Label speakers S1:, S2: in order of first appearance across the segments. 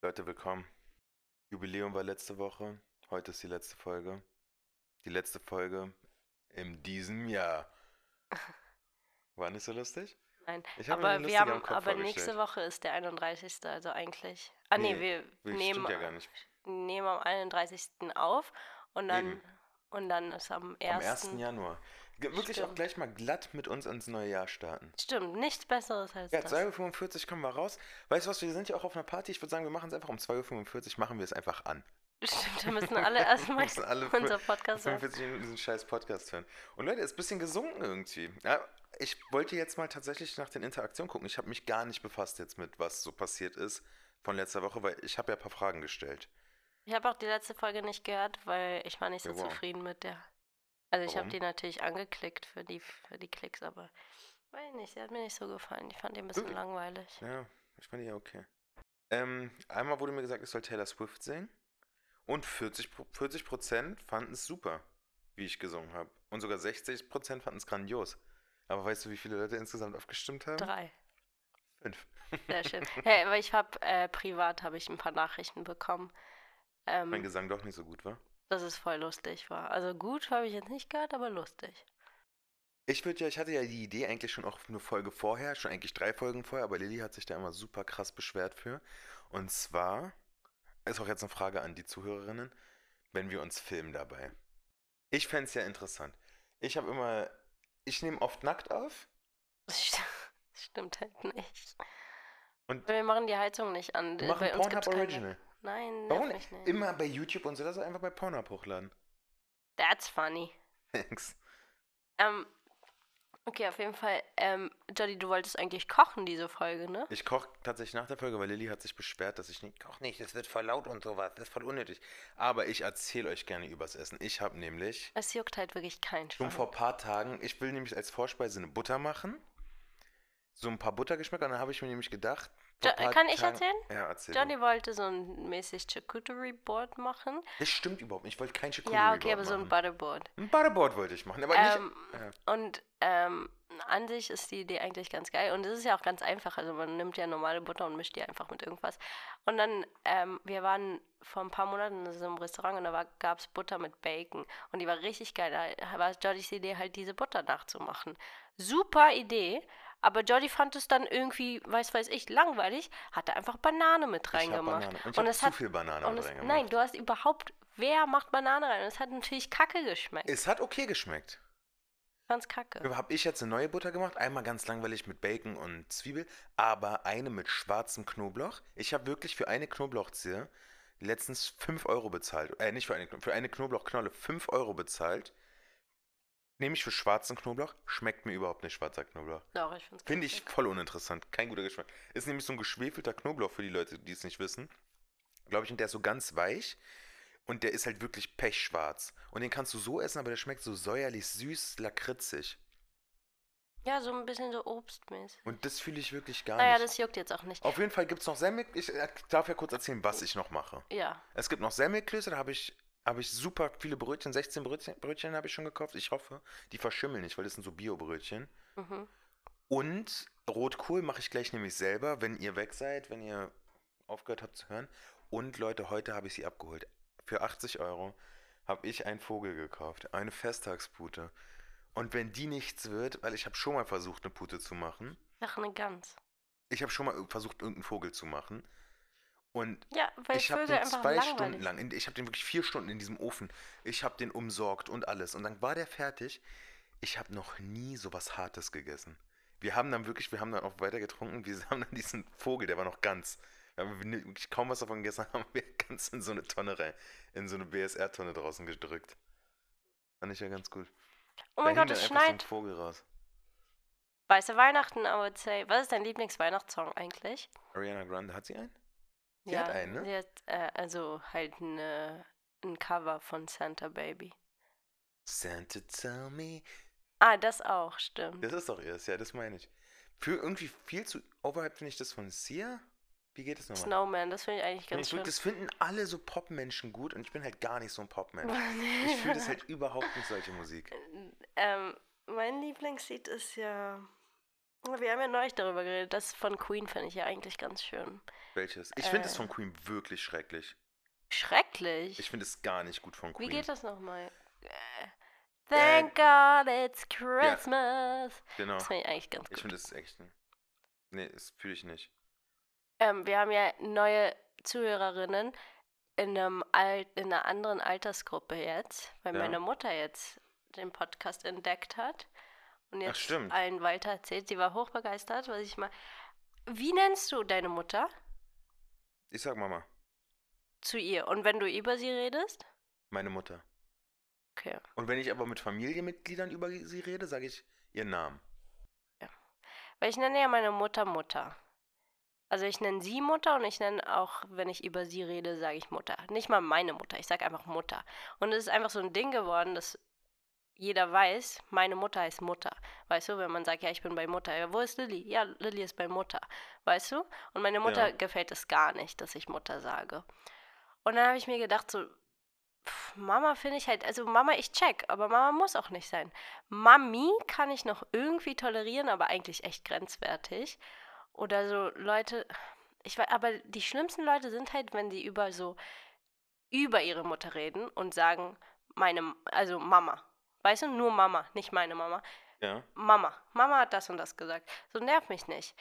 S1: Leute, willkommen. Jubiläum war letzte Woche, heute ist die letzte Folge. Die letzte Folge in diesem Jahr. War nicht so lustig?
S2: Nein,
S1: Ich hab mir
S2: aber
S1: eine
S2: wir
S1: lustige
S2: haben,
S1: am Kopf
S2: aber nächste
S1: vorgestellt.
S2: Woche ist der 31. Also eigentlich. Ah nee,
S1: Nee,
S2: wir
S1: Wie,
S2: nehmen,
S1: Stimmt ja gar nicht.
S2: nehmen am 31. auf und dann
S1: Eben.
S2: und dann ist am 1.
S1: Am 1. Januar. Ge- Wirklich auch
S2: Stimmt.
S1: gleich mal glatt mit uns ins neue Jahr starten.
S2: Stimmt, nichts besseres als
S1: Ja,
S2: das.
S1: 2.45 Uhr kommen wir raus. Weißt du was, wir sind ja auch auf einer Party. Ich würde sagen, wir machen es einfach um 2.45 Uhr, machen wir es einfach an.
S2: Stimmt, da müssen alle erstmal
S1: Müssen alle
S2: unser Podcast hören.
S1: 45 Minuten diesen scheiß Podcast hören. Und Leute, ist ein bisschen gesunken irgendwie. Ja, ich wollte jetzt mal tatsächlich nach den Interaktionen gucken. Ich habe mich gar nicht befasst jetzt mit, was so passiert ist von letzter Woche, weil ich habe ja ein paar Fragen gestellt.
S2: Ich habe auch die letzte Folge nicht gehört, weil ich war nicht so
S1: Ja, wow.
S2: zufrieden mit der. Also ich habe
S1: Warum?
S2: die natürlich angeklickt für die für die Klicks, aber weiß nicht, die hat mir nicht so gefallen. Ich fand die ein bisschen
S1: Wirklich?
S2: langweilig.
S1: Ja, ich fand die ja okay. Ähm, einmal wurde mir gesagt, ich soll Taylor Swift singen. Und 40, Pro- 40 Prozent fanden es super, wie ich gesungen habe. Und sogar 60 Prozent fanden es grandios. Aber weißt du, wie viele Leute insgesamt abgestimmt haben?
S2: Drei.
S1: Fünf.
S2: Sehr schön. Hey, aber ich habe äh, privat habe ich ein paar Nachrichten bekommen,
S1: Mein
S2: ähm,
S1: Gesang doch nicht so gut war.
S2: dass es voll lustig war. Also gut habe ich jetzt nicht gehört, aber lustig.
S1: Ich würde ja, ich hatte ja die Idee eigentlich schon auch eine Folge vorher, schon eigentlich drei Folgen vorher, aber Lilly hat sich da immer super krass beschwert für. Und zwar, ist auch jetzt eine Frage an die Zuhörerinnen, wenn wir uns filmen dabei. Ich fände es ja interessant. Ich habe immer, ich nehme oft nackt auf.
S2: Das st- das stimmt halt nicht.
S1: Und-
S2: wir machen die Heizung nicht an.
S1: Wir machen
S2: Äh, Bei uns gibt's
S1: Pornhub
S2: keine-
S1: Original.
S2: Nein,
S1: Warum
S2: nerv mich nicht.
S1: Immer bei YouTube und so, das einfach bei Pornhub hochladen.
S2: That's funny.
S1: Thanks.
S2: Ähm, okay, auf jeden Fall. Ähm, Jolly, du wolltest eigentlich kochen, diese Folge, ne?
S1: Ich koche tatsächlich nach der Folge, weil Lilly hat sich beschwert, dass ich nicht koche nicht, das wird voll laut und sowas, das ist voll unnötig. Aber ich erzähle euch gerne übers Essen. Ich habe nämlich
S2: Es juckt halt wirklich kein
S1: Schon
S2: Schwein.
S1: vor ein paar Tagen, ich will nämlich als Vorspeise eine Butter machen. So ein paar Buttergeschmäcker, und dann habe ich mir nämlich gedacht. vor
S2: Jo-
S1: ein paar
S2: kann ich
S1: Tagen-
S2: erzählen?
S1: Ja, erzähl.
S2: Johnny wollte so ein mäßig Charcuterie-Board machen.
S1: du. Das stimmt überhaupt nicht. Ich wollte kein Chicken
S2: Ja, okay, aber so ein
S1: machen.
S2: Butterboard.
S1: Ein Butterboard wollte ich machen, aber
S2: Ähm,
S1: nicht. Ja.
S2: Und ähm, an sich ist die Idee eigentlich ganz geil. Und es ist ja auch ganz einfach. Also man nimmt ja normale Butter und mischt die einfach mit irgendwas. Und dann, ähm, wir waren vor ein paar Monaten in so einem Restaurant und da gab es Butter mit Bacon. Und die war richtig geil. Da war Jordys Idee, halt diese Butter nachzumachen. Super Idee. Aber Jordi fand es dann irgendwie, weiß weiß ich, langweilig, hat da einfach Banane mit
S1: Ich hab
S2: reingemacht.
S1: Banane. Und ich
S2: Und
S1: habe
S2: es
S1: zu
S2: hat-
S1: viel Banane
S2: Und
S1: mit
S2: es,
S1: reingemacht.
S2: nein, du hast überhaupt, wer macht Banane rein? Und es hat natürlich kacke geschmeckt.
S1: Es hat okay geschmeckt.
S2: Ganz kacke.
S1: Habe Äh, ich jetzt eine neue Butter gemacht. Einmal ganz langweilig mit Bacon und Zwiebel, aber eine mit schwarzem Knoblauch. Ich habe wirklich für eine Knoblauchzehe letztens 5 Euro bezahlt. Äh, nicht für eine, Kno- für eine Knoblauchknolle 5 Euro bezahlt. Nehme ich für schwarzen Knoblauch. Schmeckt mir überhaupt nicht schwarzer Knoblauch.
S2: Doch, ich find's
S1: Finde
S2: kacke.
S1: ich voll uninteressant. Kein guter Geschmack. Ist nämlich so ein geschwefelter Knoblauch für die Leute, die es nicht wissen. Glaube ich, und der ist so ganz weich. Und der ist halt wirklich pechschwarz. Und den kannst du so essen, aber der schmeckt so säuerlich süß, lakritzig.
S2: Ja, so ein bisschen so obstmäßig.
S1: Und das fühle ich wirklich gar
S2: Naja,
S1: Ah, nicht.
S2: Ah das juckt jetzt auch nicht.
S1: Auf jeden Fall gibt es noch Semmel. Ich äh, darf ja kurz erzählen, was ich noch mache.
S2: Ja,
S1: Es gibt noch Semmelklöße, da habe ich, hab ich super viele Brötchen. 16 Brötchen, Brötchen habe ich schon gekauft. Ich hoffe, die verschimmeln nicht, weil das sind so Bio-Brötchen.
S2: mhm.
S1: Und Rotkohl mache ich gleich nämlich selber, wenn ihr weg seid, wenn ihr aufgehört habt zu hören. Und Leute, heute habe ich sie abgeholt. Für 80 Euro habe ich einen Vogel gekauft, eine Festtagspute. Und wenn die nichts wird, weil ich habe schon mal versucht, eine Pute zu machen.
S2: Sag eine Gans.
S1: Ich habe schon mal versucht, irgendeinen Vogel zu machen. Und
S2: Ja, weil
S1: ich habe
S2: Vögel
S1: den
S2: einfach
S1: zwei
S2: langweilig.
S1: Stunden lang, in, ich habe den wirklich vier Stunden in diesem Ofen, ich habe den umsorgt und alles. Und dann war der fertig. Ich habe noch nie sowas Hartes gegessen. Wir haben dann wirklich, wir haben dann auch weiter getrunken. Wir haben dann diesen Vogel, der war noch ganz. Wir haben ni- wirklich kaum was davon gegessen, haben wir ganz in so eine Tonne rein, in so eine BSR-Tonne draußen gedrückt. Fand ich ja ganz gut.
S2: Oh mein
S1: Da hing dann
S2: Gott, es
S1: einfach so ein
S2: schneit.
S1: Vogel raus.
S2: Weiße Weihnachten, I would say. Was ist dein Lieblingsweihnachtssong eigentlich?
S1: Ariana Grande, hat sie einen? Sie hat einen, ne?
S2: Sie hat, äh, also halt eine, ein Cover von Santa Baby.
S1: Santa tell me
S2: Ah, das auch, stimmt.
S1: Das ist doch erst, ja, das meine ich. Für irgendwie viel zu overhyped finde ich das von Sia. Wie geht das nochmal?
S2: Snowman, das finde ich eigentlich
S1: Und
S2: ganz
S1: ich
S2: schön.
S1: find, das finden alle so Popmenschen gut und ich bin halt gar nicht so ein Popmensch. Ich fühle das halt überhaupt nicht, solche Musik.
S2: ähm, mein Lieblingslied ist ja Wir haben ja neulich darüber geredet. Das von Queen finde ich ja eigentlich ganz schön.
S1: Welches? Ich finde es
S2: Äh.
S1: von Queen wirklich schrecklich.
S2: Schrecklich.
S1: Ich finde es gar nicht gut von Queen.
S2: Wie geht das nochmal? Äh, Thank God it's Christmas.
S1: Genau.
S2: Das finde ich eigentlich ganz
S1: Ich
S2: gut.
S1: finde es echt. Nee, das fühle ich nicht.
S2: Ähm, wir haben ja neue Zuhörerinnen in, einem Al in einer anderen Altersgruppe jetzt, weil
S1: Ja.
S2: meine Mutter jetzt den Podcast entdeckt hat und
S1: Ach,
S2: jetzt
S1: stimmt.
S2: allen weiter erzählt. Sie war hochbegeistert, was ich mal. Wie nennst du deine Mutter
S1: Ich sag Mama.
S2: zu ihr? Und wenn du über sie redest?
S1: Meine Mutter.
S2: Okay.
S1: Und wenn ich aber mit Familienmitgliedern über sie rede, sage ich ihren Namen.
S2: Weil ich nenne ja meine Mutter Mutter. Also ich nenne sie Mutter und ich nenne auch, wenn ich über sie rede, sage ich Mutter. Nicht mal meine Mutter, ich sage einfach Mutter. Und es ist einfach so ein Ding geworden, dass jeder weiß, meine Mutter heißt Mutter. Weißt du, wenn man sagt, ja, ich bin bei Mutter, ja, wo ist Lilly? Ja, Lilly ist bei Mutter. Weißt du? Und meine Mutter
S1: Ja.
S2: gefällt es gar nicht, dass ich Mutter sage. Und dann habe ich mir gedacht, so, pff, Mama finde ich halt, also Mama, ich check, aber Mama muss auch nicht sein. Mami kann ich noch irgendwie tolerieren, aber eigentlich echt grenzwertig. Oder so Leute, ich weiß, aber die schlimmsten Leute sind halt, wenn sie über so über ihre Mutter reden und sagen, meine, also Mama. Weißt du, nur Mama, nicht meine Mama.
S1: Ja.
S2: Mama. Mama hat das und das gesagt. So nerv mich nicht.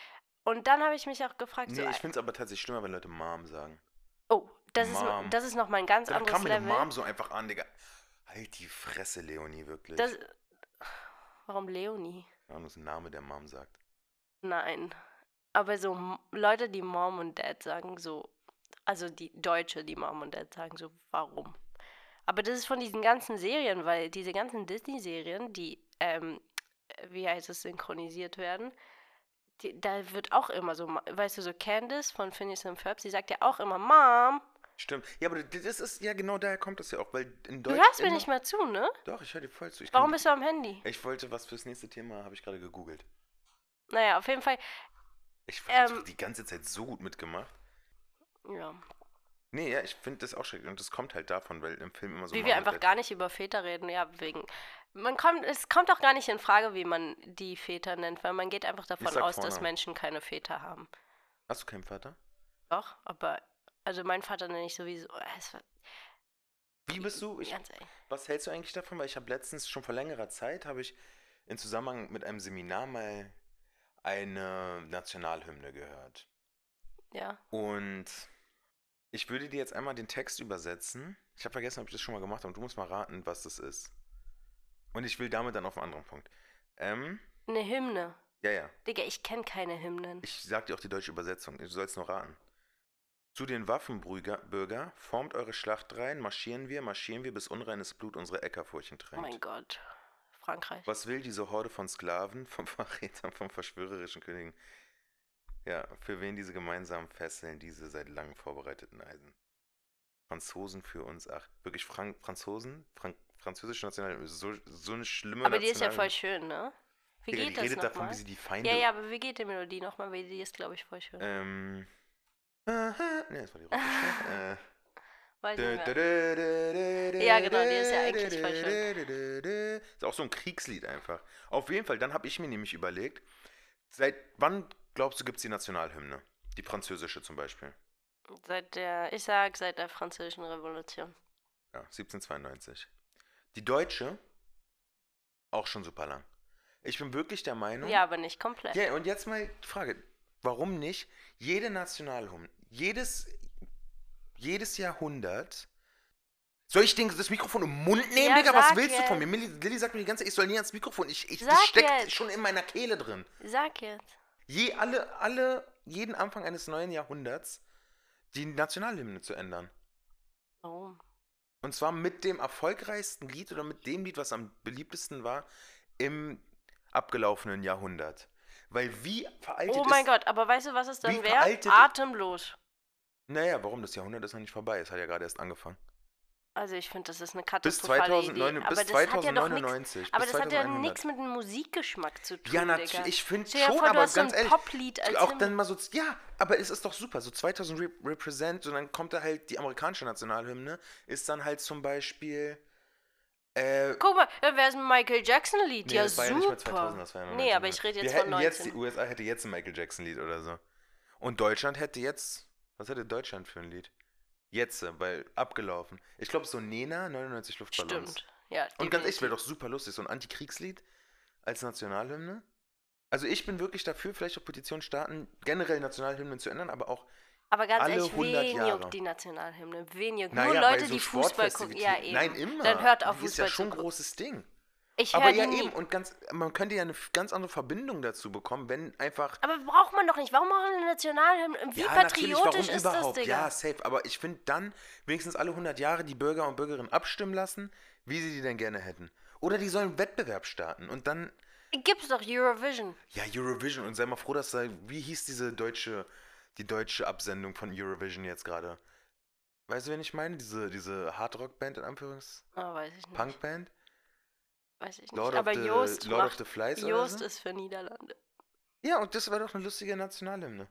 S2: Und dann habe ich mich auch gefragt,
S1: Nee,
S2: so,
S1: ich finde es aber tatsächlich schlimmer, wenn Leute Mom sagen.
S2: oh, das ist,
S1: Mom.
S2: das ist nochmal ein ganz
S1: Dann
S2: anderes
S1: kam mir
S2: Level.
S1: eine Mom so einfach an, Digga. Halt die Fresse, Leonie, wirklich.
S2: Das, warum Leonie?
S1: Keine Ahnung, was der Name der Mom sagt.
S2: Nein. Aber so M- Leute, die Mom und Dad sagen, so, also die Deutsche, die Mom und Dad sagen, so, warum? Aber das ist von diesen ganzen Serien, weil diese ganzen Disney-Serien, die, ähm, wie heißt es, synchronisiert werden, die, da wird auch immer so, ma- weißt du, so Candice von Phineas und Ferb, sie sagt ja auch immer, Mom,
S1: Stimmt. Ja, aber das ist, ja genau daher kommt das ja auch, weil in
S2: du
S1: Deutsch.
S2: hörst mir
S1: immer-
S2: nicht mal zu, ne?
S1: Doch, ich höre dir voll zu. Ich
S2: Warum
S1: kann-
S2: bist du am Handy?
S1: Ich wollte was fürs nächste Thema, habe ich gerade gegoogelt.
S2: Naja, auf jeden Fall,
S1: Ich habe
S2: Ähm.
S1: die ganze Zeit so gut mitgemacht.
S2: ja.
S1: Nee, ja, ich finde das auch schrecklich. Und das kommt halt davon, weil im Film immer so.
S2: Wie
S1: Mom
S2: wir
S1: und
S2: einfach
S1: Dad-
S2: gar nicht über Väter reden, ja, wegen. Man kommt, es kommt auch gar nicht in Frage, wie man die Väter nennt, weil man geht einfach davon
S1: sag
S2: aus, dass
S1: Vornamen.
S2: Menschen keine Väter haben.
S1: Hast du keinen Vater?
S2: Doch, aber, also mein Vater nenne ich sowieso. äh, Es war,
S1: Wie bist du? Ich,
S2: ganz ehrlich.
S1: was hältst du eigentlich davon? Weil ich habe letztens schon vor längerer Zeit habe ich in Zusammenhang mit einem Seminar mal eine Nationalhymne gehört.
S2: Ja.
S1: Und ich würde dir jetzt einmal den Text übersetzen. Ich habe vergessen, ob ich das schon mal gemacht habe. Und du musst mal raten, was das ist. Und ich will damit dann auf einen anderen Punkt. Ähm,
S2: Eine Hymne.
S1: ja, ja.
S2: Digga, ich kenne keine Hymnen.
S1: Ich sag dir auch die deutsche Übersetzung, du sollst nur raten. Zu den Waffenbürger, Bürger, formt eure Schlachtreihen, marschieren wir, marschieren wir, bis unreines Blut unsere Äckerfurchen
S2: oh mein
S1: tränkt.
S2: Gott. Frankreich.
S1: Was will diese Horde von Sklaven, von Verrätern, von verschwörerischen Königen? Ja, für wen diese gemeinsamen Fesseln, diese seit langem vorbereiteten Eisen? Franzosen für uns, ach, wirklich Frank Franzosen? Frank französische Nationalität, so, so eine schlimme
S2: Aber die ist ja voll
S1: Nationalität.
S2: schön, ne? Wie
S1: Digga,
S2: geht
S1: die
S2: das
S1: redet davon,
S2: nochmal?
S1: wie sie die Feinde
S2: Ja, ja, aber wie geht die Melodie nochmal? Weil die ist, glaube ich, voll schön.
S1: Ähm. aha, Ne, das war die russische. äh,
S2: Weiß
S1: dö,
S2: nicht
S1: dö,
S2: mehr.
S1: dö, dö, dö, dö,
S2: Ja, genau, die ist ja
S1: dö,
S2: eigentlich
S1: dö,
S2: voll
S1: dö,
S2: schön.
S1: dö, dö, dö. Ist auch so ein Kriegslied einfach. Auf jeden Fall, dann habe ich mir nämlich überlegt, seit wann glaubst du, gibt es die Nationalhymne? Die französische zum Beispiel.
S2: Seit der, ich sag, seit der Französischen Revolution.
S1: Ja, 1792. Die deutsche, auch schon super lang. Ich bin wirklich der Meinung.
S2: Ja, aber nicht komplett.
S1: Hm? Ja, und jetzt mal die Frage, warum nicht jede Nationalhymne, jedes, jedes Jahrhundert, soll ich den, das Mikrofon im Mund nehmen,
S2: Ja,
S1: Digga? Was
S2: sag
S1: willst du von mir?
S2: jetzt.
S1: Milli, Lilly sagt mir die ganze Zeit, ich soll nie ans Mikrofon. Ich, ich,
S2: Sag
S1: das steckt
S2: jetzt.
S1: schon in meiner Kehle drin.
S2: Sag jetzt.
S1: Je, alle, alle, jeden Anfang eines neuen Jahrhunderts die Nationalhymne zu ändern.
S2: Warum?
S1: Und zwar mit dem erfolgreichsten Lied oder mit dem Lied, was am beliebtesten war im abgelaufenen Jahrhundert. Weil wie veraltet
S2: Oh
S1: ist
S2: mein Gott, aber weißt du, was es dann
S1: Wie
S2: wäre?
S1: veraltet-
S2: Atemlos.
S1: Naja, warum? Das Jahrhundert ist noch nicht vorbei. Es hat ja gerade erst angefangen.
S2: Also ich finde, das ist eine
S1: Bis,
S2: katastrophale
S1: 2009,
S2: Idee. Aber
S1: bis
S2: das hat ja doch nix,
S1: 2099.
S2: Aber
S1: bis
S2: das hat ja
S1: 2100.
S2: nichts mit dem Musikgeschmack zu tun,
S1: Ja,
S2: Digga.
S1: natürlich. Ich finde
S2: Stell dir
S1: schon,
S2: vor, du
S1: aber
S2: hast so
S1: ganz
S2: ein
S1: ehrlich.
S2: Poplied als
S1: auch
S2: Hymne.
S1: dann mal so, ja, aber es ist doch super, so 2000 Re Represent und dann kommt da halt die amerikanische Nationalhymne, ist dann halt zum Beispiel, Äh,
S2: Guck mal, dann wäre es ein Michael Jackson-Lied.
S1: nee,
S2: ja,
S1: das war ja nicht mehr 2000,
S2: super.
S1: das war ja mal
S2: nee,
S1: 1900.
S2: aber ich rede
S1: Wir
S2: jetzt
S1: hätten
S2: von
S1: jetzt, die
S2: 19.
S1: USA hätte jetzt ein Michael Jackson-Lied oder so. Und Deutschland hätte jetzt, was hätte Deutschland für ein Lied? Jetzt, weil abgelaufen. Ich glaube, so Nena, 99 Luftballons.
S2: Stimmt. Ja,
S1: Und ganz
S2: definitiv.
S1: echt, wäre doch super lustig, so ein Antikriegslied als Nationalhymne. Also ich bin wirklich dafür, vielleicht auch Petitionen starten, generell Nationalhymnen zu ändern, aber auch,
S2: Aber ganz
S1: alle
S2: ehrlich,
S1: 100
S2: wen
S1: Jahre.
S2: juckt die Nationalhymne? Wen juckt?
S1: naja,
S2: Nur
S1: bei
S2: Leute,
S1: so
S2: die Fußball gucken. Ja,
S1: Sportfestivitäten-
S2: eben.
S1: Nein, immer.
S2: Dann hört auf,
S1: Die ist
S2: Fußball
S1: ja schon ein
S2: zu gucken.
S1: großes Ding.
S2: Ich
S1: Aber
S2: höre die
S1: ja
S2: nie.
S1: eben, und ganz, man könnte ja eine f- ganz andere Verbindung dazu bekommen, wenn einfach...
S2: Aber braucht man doch nicht. Warum braucht man eine Nationalhymne? Wie
S1: ja, natürlich,
S2: patriotisch
S1: warum
S2: ist das,
S1: überhaupt?
S2: Digga?
S1: ja, safe. Aber ich finde dann wenigstens alle 100 Jahre die Bürger und Bürgerinnen abstimmen lassen, wie sie die denn gerne hätten. Oder die sollen einen Wettbewerb starten und dann
S2: Gibt's doch Eurovision.
S1: Ja, Eurovision. Und sei mal froh, dass da. Wie hieß diese deutsche, die deutsche Absendung von Eurovision jetzt gerade? Weißt du, wen ich meine? Diese, diese Hardrock-Band in Anführungs?
S2: Ah, weiß ich nicht.
S1: Punkband?
S2: Weiß ich nicht.
S1: Lord,
S2: Aber
S1: of, the,
S2: Joost
S1: Lord of
S2: macht.
S1: the Flies oder
S2: Joost
S1: so?
S2: ist für Niederlande.
S1: Ja, und das war doch eine lustige Nationalhymne.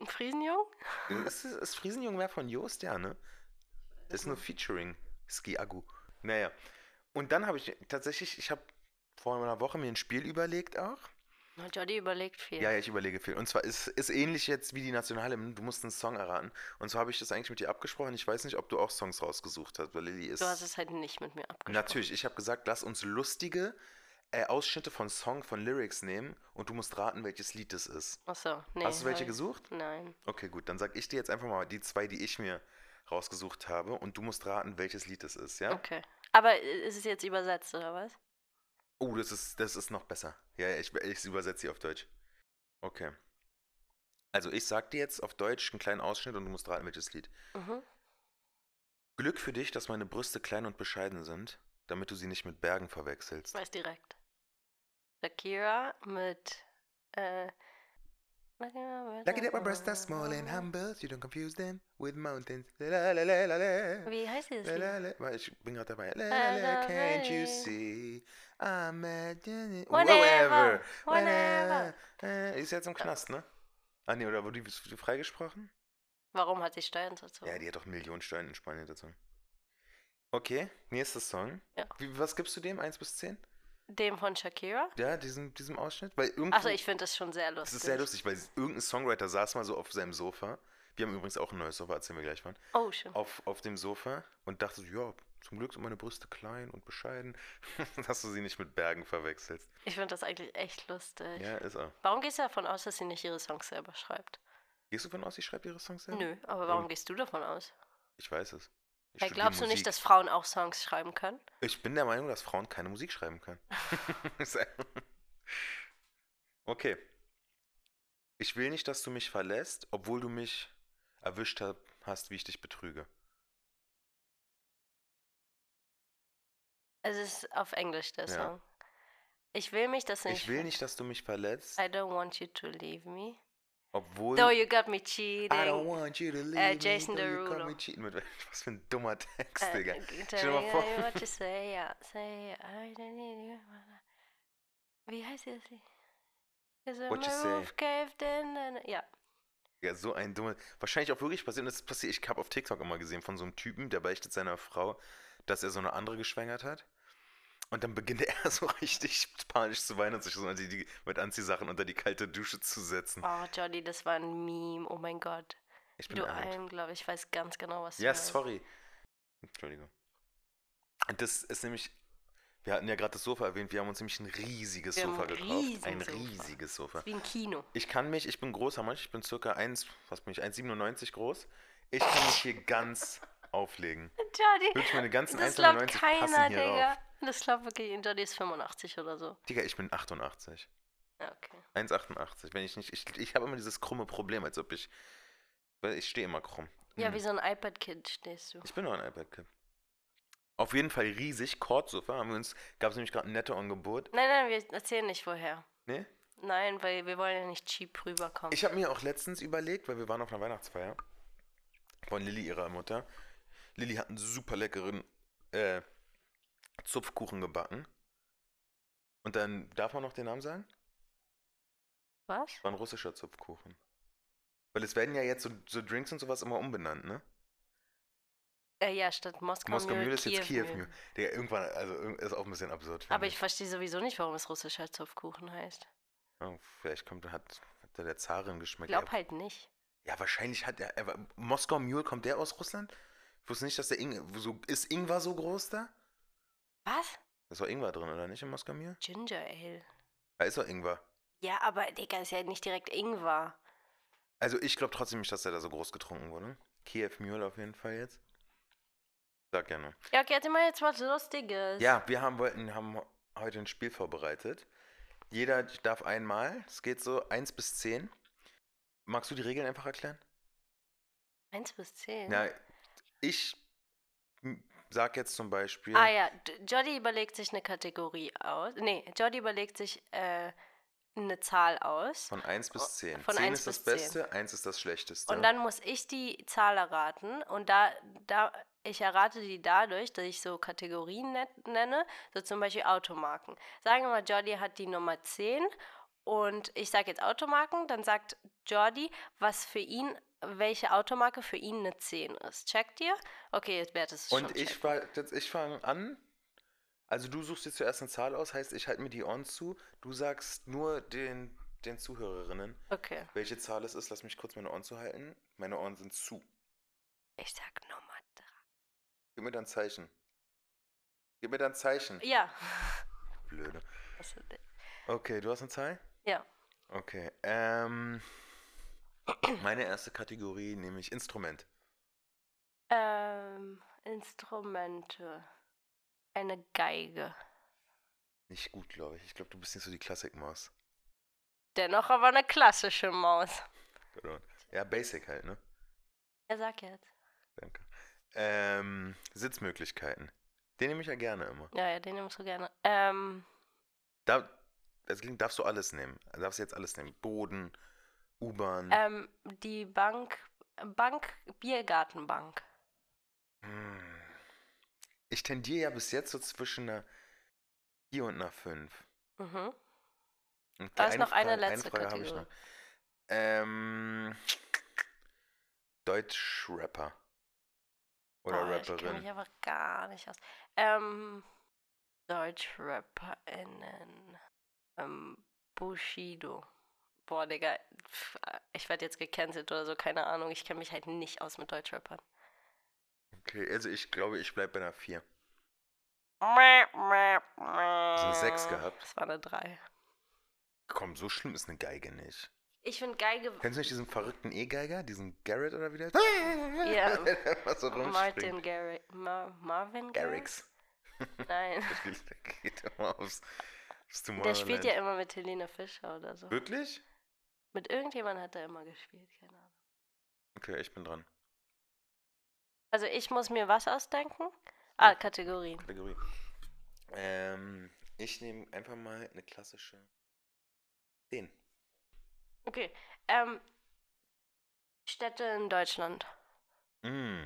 S2: Ein Friesenjung?
S1: Äh, ist, ist, ist Friesenjung mehr von Joost? Ja, ne? Ist
S2: Mhm.
S1: nur Featuring. Ski Agu. Naja. Und dann habe ich tatsächlich, ich habe vor einer Woche mir ein Spiel überlegt auch.
S2: Na, Jordi überlegt viel.
S1: Ja, ja, ich überlege viel. Und zwar ist, ist ähnlich jetzt wie die Nationalhymne, du musst einen Song erraten. Und zwar habe ich das eigentlich mit dir abgesprochen. Ich weiß nicht, ob du auch Songs rausgesucht hast, weil Lilly ist.
S2: Du hast es halt nicht mit mir abgesprochen.
S1: Natürlich, ich habe gesagt, lass uns lustige äh, Ausschnitte von Song, von Lyrics nehmen und du musst raten, welches Lied es ist.
S2: Achso, nee.
S1: hast du welche
S2: hab ich-
S1: gesucht?
S2: Nein.
S1: Okay, gut, dann sag ich dir jetzt einfach mal die zwei, die ich mir rausgesucht habe und du musst raten, welches Lied es ist, ja?
S2: Okay. Aber äh, ist es jetzt übersetzt, oder was?
S1: Oh, das ist, das ist noch besser. Ja, ja, ich, ich übersetze sie auf Deutsch. Okay. Also ich sag dir jetzt auf Deutsch einen kleinen Ausschnitt und du musst raten, welches Lied.
S2: Mhm.
S1: Glück für dich, dass meine Brüste klein und bescheiden sind, damit du sie nicht mit Bergen verwechselst.
S2: Weiß direkt. Shakira mit. Äh.
S1: Lucky that my breasts are small and humble, so you don't confuse them with mountains. La, la, la, la, la.
S2: Wie heißt dieses
S1: La, la,
S2: Lied?
S1: la. Warte, Ich bin gerade dabei. La, la, la, can't you
S2: Whatever.
S1: see? I'm a genie-
S2: Whenever,
S1: Whenever.
S2: whenever.
S1: Äh, Ist jetzt im Knast, ne? Ah ne, oder wurde die wurde die freigesprochen?
S2: Warum hat sie Steuern dazu?
S1: Ja, die hat doch Millionen Steuern in Spanien dazu. Okay, nächster Song.
S2: Ja.
S1: Wie, was gibst du dem? 1 bis 10?
S2: Dem von Shakira?
S1: Ja, diesem, diesem Ausschnitt? Weil irgendwie.
S2: Achso, ich finde das schon sehr lustig.
S1: Das ist sehr lustig, weil irgendein Songwriter saß mal so auf seinem Sofa. Wir haben übrigens auch ein neues Sofa, erzählen wir gleich von.
S2: Oh, schön.
S1: Auf, auf dem Sofa und dachte so, ja, zum Glück sind meine Brüste klein und bescheiden, dass du sie nicht mit Bergen verwechselst.
S2: Ich finde das eigentlich echt lustig.
S1: Ja, ist er.
S2: Warum gehst du davon aus, dass sie nicht ihre Songs selber schreibt?
S1: Gehst du von aus, sie schreibt ihre Songs selber?
S2: Nö, aber warum gehst du davon aus?
S1: Ich weiß es. Ich
S2: Hey,
S1: studiere
S2: glaubst du
S1: Musik.
S2: nicht, dass Frauen auch Songs schreiben können?
S1: Ich bin der Meinung, dass Frauen keine Musik schreiben können. Ist einfach- okay. Ich will nicht, dass du mich verlässt, obwohl du mich erwischt hab- hast, wie ich dich betrüge.
S2: Es ist auf Englisch der
S1: Ja.
S2: Song. Ich will mich das nicht.
S1: Ich will nicht, dass du mich verletzt,
S2: I don't want you to leave me.
S1: obwohl
S2: Though you got me cheating.
S1: I don't want you to leave
S2: Äh, Jason
S1: me, though you call
S2: Derulo.
S1: me cheating. Mit, was für ein dummer Text,
S2: Äh,
S1: Digga.
S2: g-
S1: Stell dir
S2: tell
S1: mal vor.
S2: me what you say, yeah, say, I don't need you. Wie heißt das? Lied? 'Cause when
S1: What you
S2: my
S1: say.
S2: roof caved in and- Ja,
S1: Ja, so ein dummer. Wahrscheinlich auch wirklich passiert. Und das ist passiert. Ich habe auf TikTok immer gesehen von so einem Typen, der beichtet seiner Frau, dass er so eine andere geschwängert hat. Und dann beginnt er so richtig panisch zu weinen und sich so an die, die, mit Anziehsachen unter die kalte Dusche zu setzen.
S2: oh Jolly, das war ein Meme, oh mein Gott.
S1: Ich bin
S2: Du
S1: alt.
S2: ein, glaube ich, weiß ganz genau, was du
S1: Ja,
S2: meinst.
S1: sorry. Entschuldigung. Und das ist nämlich, wir hatten ja gerade das Sofa erwähnt, wir haben uns nämlich ein riesiges
S2: Wir haben
S1: Sofa
S2: ein
S1: gekauft. Ein
S2: Riesensofa.
S1: riesiges Sofa.
S2: Wie ein Kino.
S1: Ich kann mich, ich bin großer Mensch, ich bin circa 1, was bin ich, 1,97 groß. Ich kann mich hier ganz auflegen.
S2: Jolly,
S1: Wirklich, meine ganzen
S2: das
S1: 1,90
S2: glaubt keiner,
S1: passen hier
S2: Digga.
S1: rauf.
S2: Das glaubt wirklich, Jolly ist 85 oder so.
S1: Digga, ich bin 88.
S2: Ja, okay.
S1: 1,88. Wenn ich nicht, ich, ich habe immer dieses krumme Problem, als ob ich, weil ich stehe immer krumm.
S2: Ja,
S1: Hm.
S2: wie so ein iPad-Kind stehst du.
S1: Ich bin noch ein iPad-Kid. Auf jeden Fall riesig, Kordsofa haben wir uns, gab es nämlich gerade ein netto Angebot.
S2: Nein, nein, wir erzählen nicht woher.
S1: Nee?
S2: Nein, weil wir wollen ja nicht cheap rüberkommen.
S1: Ich habe mir auch letztens überlegt, weil wir waren auf einer Weihnachtsfeier von Lilly, ihrer Mutter. Lilly hat einen super leckeren äh, Zupfkuchen gebacken. Und dann, darf man noch den Namen sagen?
S2: was?
S1: War ein russischer Zupfkuchen. Weil es werden ja jetzt so, so Drinks und sowas immer umbenannt, ne?
S2: Äh, ja, statt Moskau,
S1: Moskau
S2: Mule,
S1: Mühle ist jetzt Kiew
S2: Mühle.
S1: Mühle. Der irgendwann, also irg- ist auch ein bisschen absurd. finde
S2: Aber ich verstehe sowieso nicht, warum es russischer Zopfkuchen heißt.
S1: Oh, vielleicht kommt, hat, hat der, der Zarin geschmeckt.
S2: Glaub
S1: Ja,
S2: halt nicht.
S1: Ja, wahrscheinlich hat er. er Moskau Mule kommt der aus Russland? Ich wusste nicht, dass der Ingwer. So, ist Ingwer so groß da?
S2: Was?
S1: Ist doch Ingwer drin, oder nicht, im Moskau Mule?
S2: Ginger Ale.
S1: Da ist doch Ingwer.
S2: Ja, aber Digga, ist ja nicht direkt Ingwer.
S1: Also, ich glaube trotzdem nicht, dass der da so groß getrunken wurde. Kiew Mule auf jeden Fall jetzt. Sag ja nur.
S2: Ja, okay, erzähl mal jetzt was Lustiges.
S1: Ja, wir haben, wollten, haben heute ein Spiel vorbereitet. Jeder darf einmal. Es geht so 1 bis 10. Magst du die Regeln einfach erklären?
S2: Eins bis zehn.
S1: Na, ich m, sag jetzt zum Beispiel.
S2: Ah ja, D- Jody überlegt sich eine Kategorie aus. Nee, Jody überlegt sich äh, eine Zahl aus.
S1: Von 1 bis 10.
S2: Oh, von
S1: 10
S2: 1
S1: ist das
S2: bis 10.
S1: Beste, 1 ist das Schlechteste.
S2: Und dann muss ich die Zahl erraten. Und da, da, ich errate die dadurch, dass ich so Kategorien net- nenne, so zum Beispiel Automarken. Sagen wir mal, Jordi hat die Nummer 10 und ich sage jetzt Automarken, dann sagt Jordi, was für ihn, welche Automarke für ihn eine 10 ist. Checkt ihr? Okay, jetzt wertest es schon.
S1: Und ich
S2: checken.
S1: fange ich fang an. Also du suchst dir zuerst eine Zahl aus, heißt ich halte mir die on zu. Du sagst nur den, den Zuhörerinnen,
S2: Okay,
S1: welche Zahl es ist. Lass mich kurz meine on zu halten. Meine on sind zu.
S2: ich sag Nummer 3.
S1: Gib mir dann ein Zeichen. Gib mir dann ein Zeichen.
S2: Ja.
S1: Blöde.
S2: Das ist-
S1: Okay, du hast eine Zahl?
S2: Ja.
S1: Okay. Ähm, meine erste Kategorie nehme ich Instrument.
S2: Ähm, Instrumente. Eine Geige.
S1: Nicht gut, glaube ich. Ich glaube, du bist nicht so die Klassikmaus.
S2: Dennoch aber eine klassische Maus.
S1: Verdammt. Ja, Basic halt, ne?
S2: Ja, sag jetzt.
S1: Danke. Ähm, Sitzmöglichkeiten. Den nehme ich ja gerne immer.
S2: Ja, ja, den nimmst du gerne. Ähm,
S1: Da, das ging, darfst du alles nehmen. Also darfst du jetzt alles nehmen. Boden, U-Bahn.
S2: ähm, die Bank, Bank, Biergartenbank.
S1: Hm. Ich tendiere ja bis jetzt so zwischen einer 4 und einer 5.
S2: Mhm.
S1: Und
S2: Da
S1: die
S2: ist noch eine
S1: Frage-
S2: letzte
S1: Frage habe ich
S2: Kategorie.
S1: noch. Ähm, Deutschrapper. Oder
S2: Boah, Ah, Ich kenne
S1: Rapperin.
S2: mich einfach gar nicht aus. Ähm, DeutschrapperInnen. Ähm, Bushido. Boah, Digga, pf, äh, ich werde jetzt gecancelt oder so, keine Ahnung. Ich kenne mich halt nicht aus mit Deutschrappern.
S1: Okay, also ich glaube, ich bleibe bei einer 4.
S2: Hast
S1: Hast du
S2: Ah.
S1: eine Sechs gehabt?
S2: Das war eine 3.
S1: Komm, so schlimm ist eine Geige nicht.
S2: Ich finde Geige.
S1: Kennst du nicht diesen verrückten E-Geiger, diesen Garrett oder wie der?
S2: Ja.
S1: Der immer so
S2: Martin
S1: rumspringt.
S2: Garrix. Ma Marvin Garrix?
S1: Garrix.
S2: Nein.
S1: Der geht immer aufs, aufs
S2: Der spielt
S1: Tomorrowland.
S2: ja immer mit Helene Fischer oder
S1: Hm?
S2: so.
S1: Wirklich?
S2: Mit irgendjemandem hat er immer gespielt, keine Ahnung.
S1: Okay, ich bin dran.
S2: Also ich muss mir was ausdenken? Ah, Kategorien.
S1: Kategorie. Ähm, ich nehme einfach mal eine klassische 10.
S2: Okay. Ähm, Städte in Deutschland.
S1: Mm.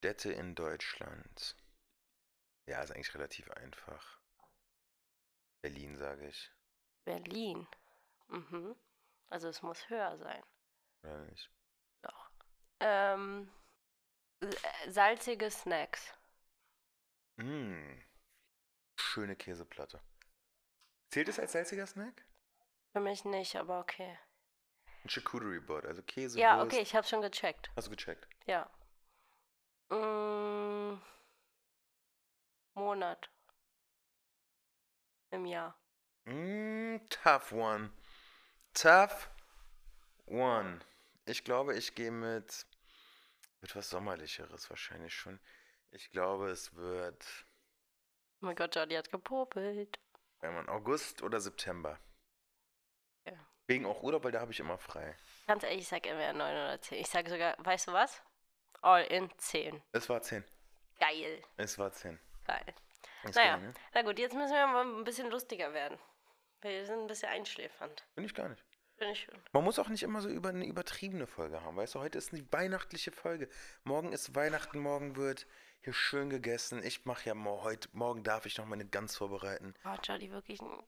S1: Städte in Deutschland. Ja, ist eigentlich relativ einfach. Berlin, sage ich.
S2: Berlin. Mhm. Also es muss höher sein.
S1: Oder nicht?
S2: Doch. Ähm, äh, salzige Snacks.
S1: Mm. Schöne Käseplatte. Zählt es als salziger Snack?
S2: Für mich nicht, aber okay.
S1: Ein Charcuterie Board, also Käse.
S2: ja,
S1: Wurst.
S2: okay, ich hab's schon gecheckt.
S1: Hast du gecheckt?
S2: Ja. Mm, Monat. Im Jahr.
S1: Mm, tough one. Tough one. Ich glaube, ich gehe mit mit was Sommerlicheres wahrscheinlich schon. Ich glaube, es wird
S2: Oh mein Gott, Jordi hat gepopelt.
S1: wenn man August oder September.
S2: Ja.
S1: Wegen auch Urlaub, weil da habe ich immer frei.
S2: Ganz ehrlich, ich sag immer 9 oder 10. Ich sag sogar, weißt du was? All in 10.
S1: Es war 10.
S2: Geil.
S1: Es war 10.
S2: Geil.
S1: Ist
S2: Naja.
S1: geil, ne?
S2: Na gut, jetzt müssen wir mal ein bisschen lustiger werden. Wir sind ein bisschen einschläfernd.
S1: Bin ich gar nicht.
S2: Finde ich schön.
S1: Man muss auch nicht immer so über eine übertriebene Folge haben, weißt du? Heute ist eine weihnachtliche Folge. Morgen ist Weihnachten, morgen wird hier schön gegessen. Ich mache ja mo heute, morgen darf ich noch meine Gans vorbereiten.
S2: Oh, Jordi, wirklich ein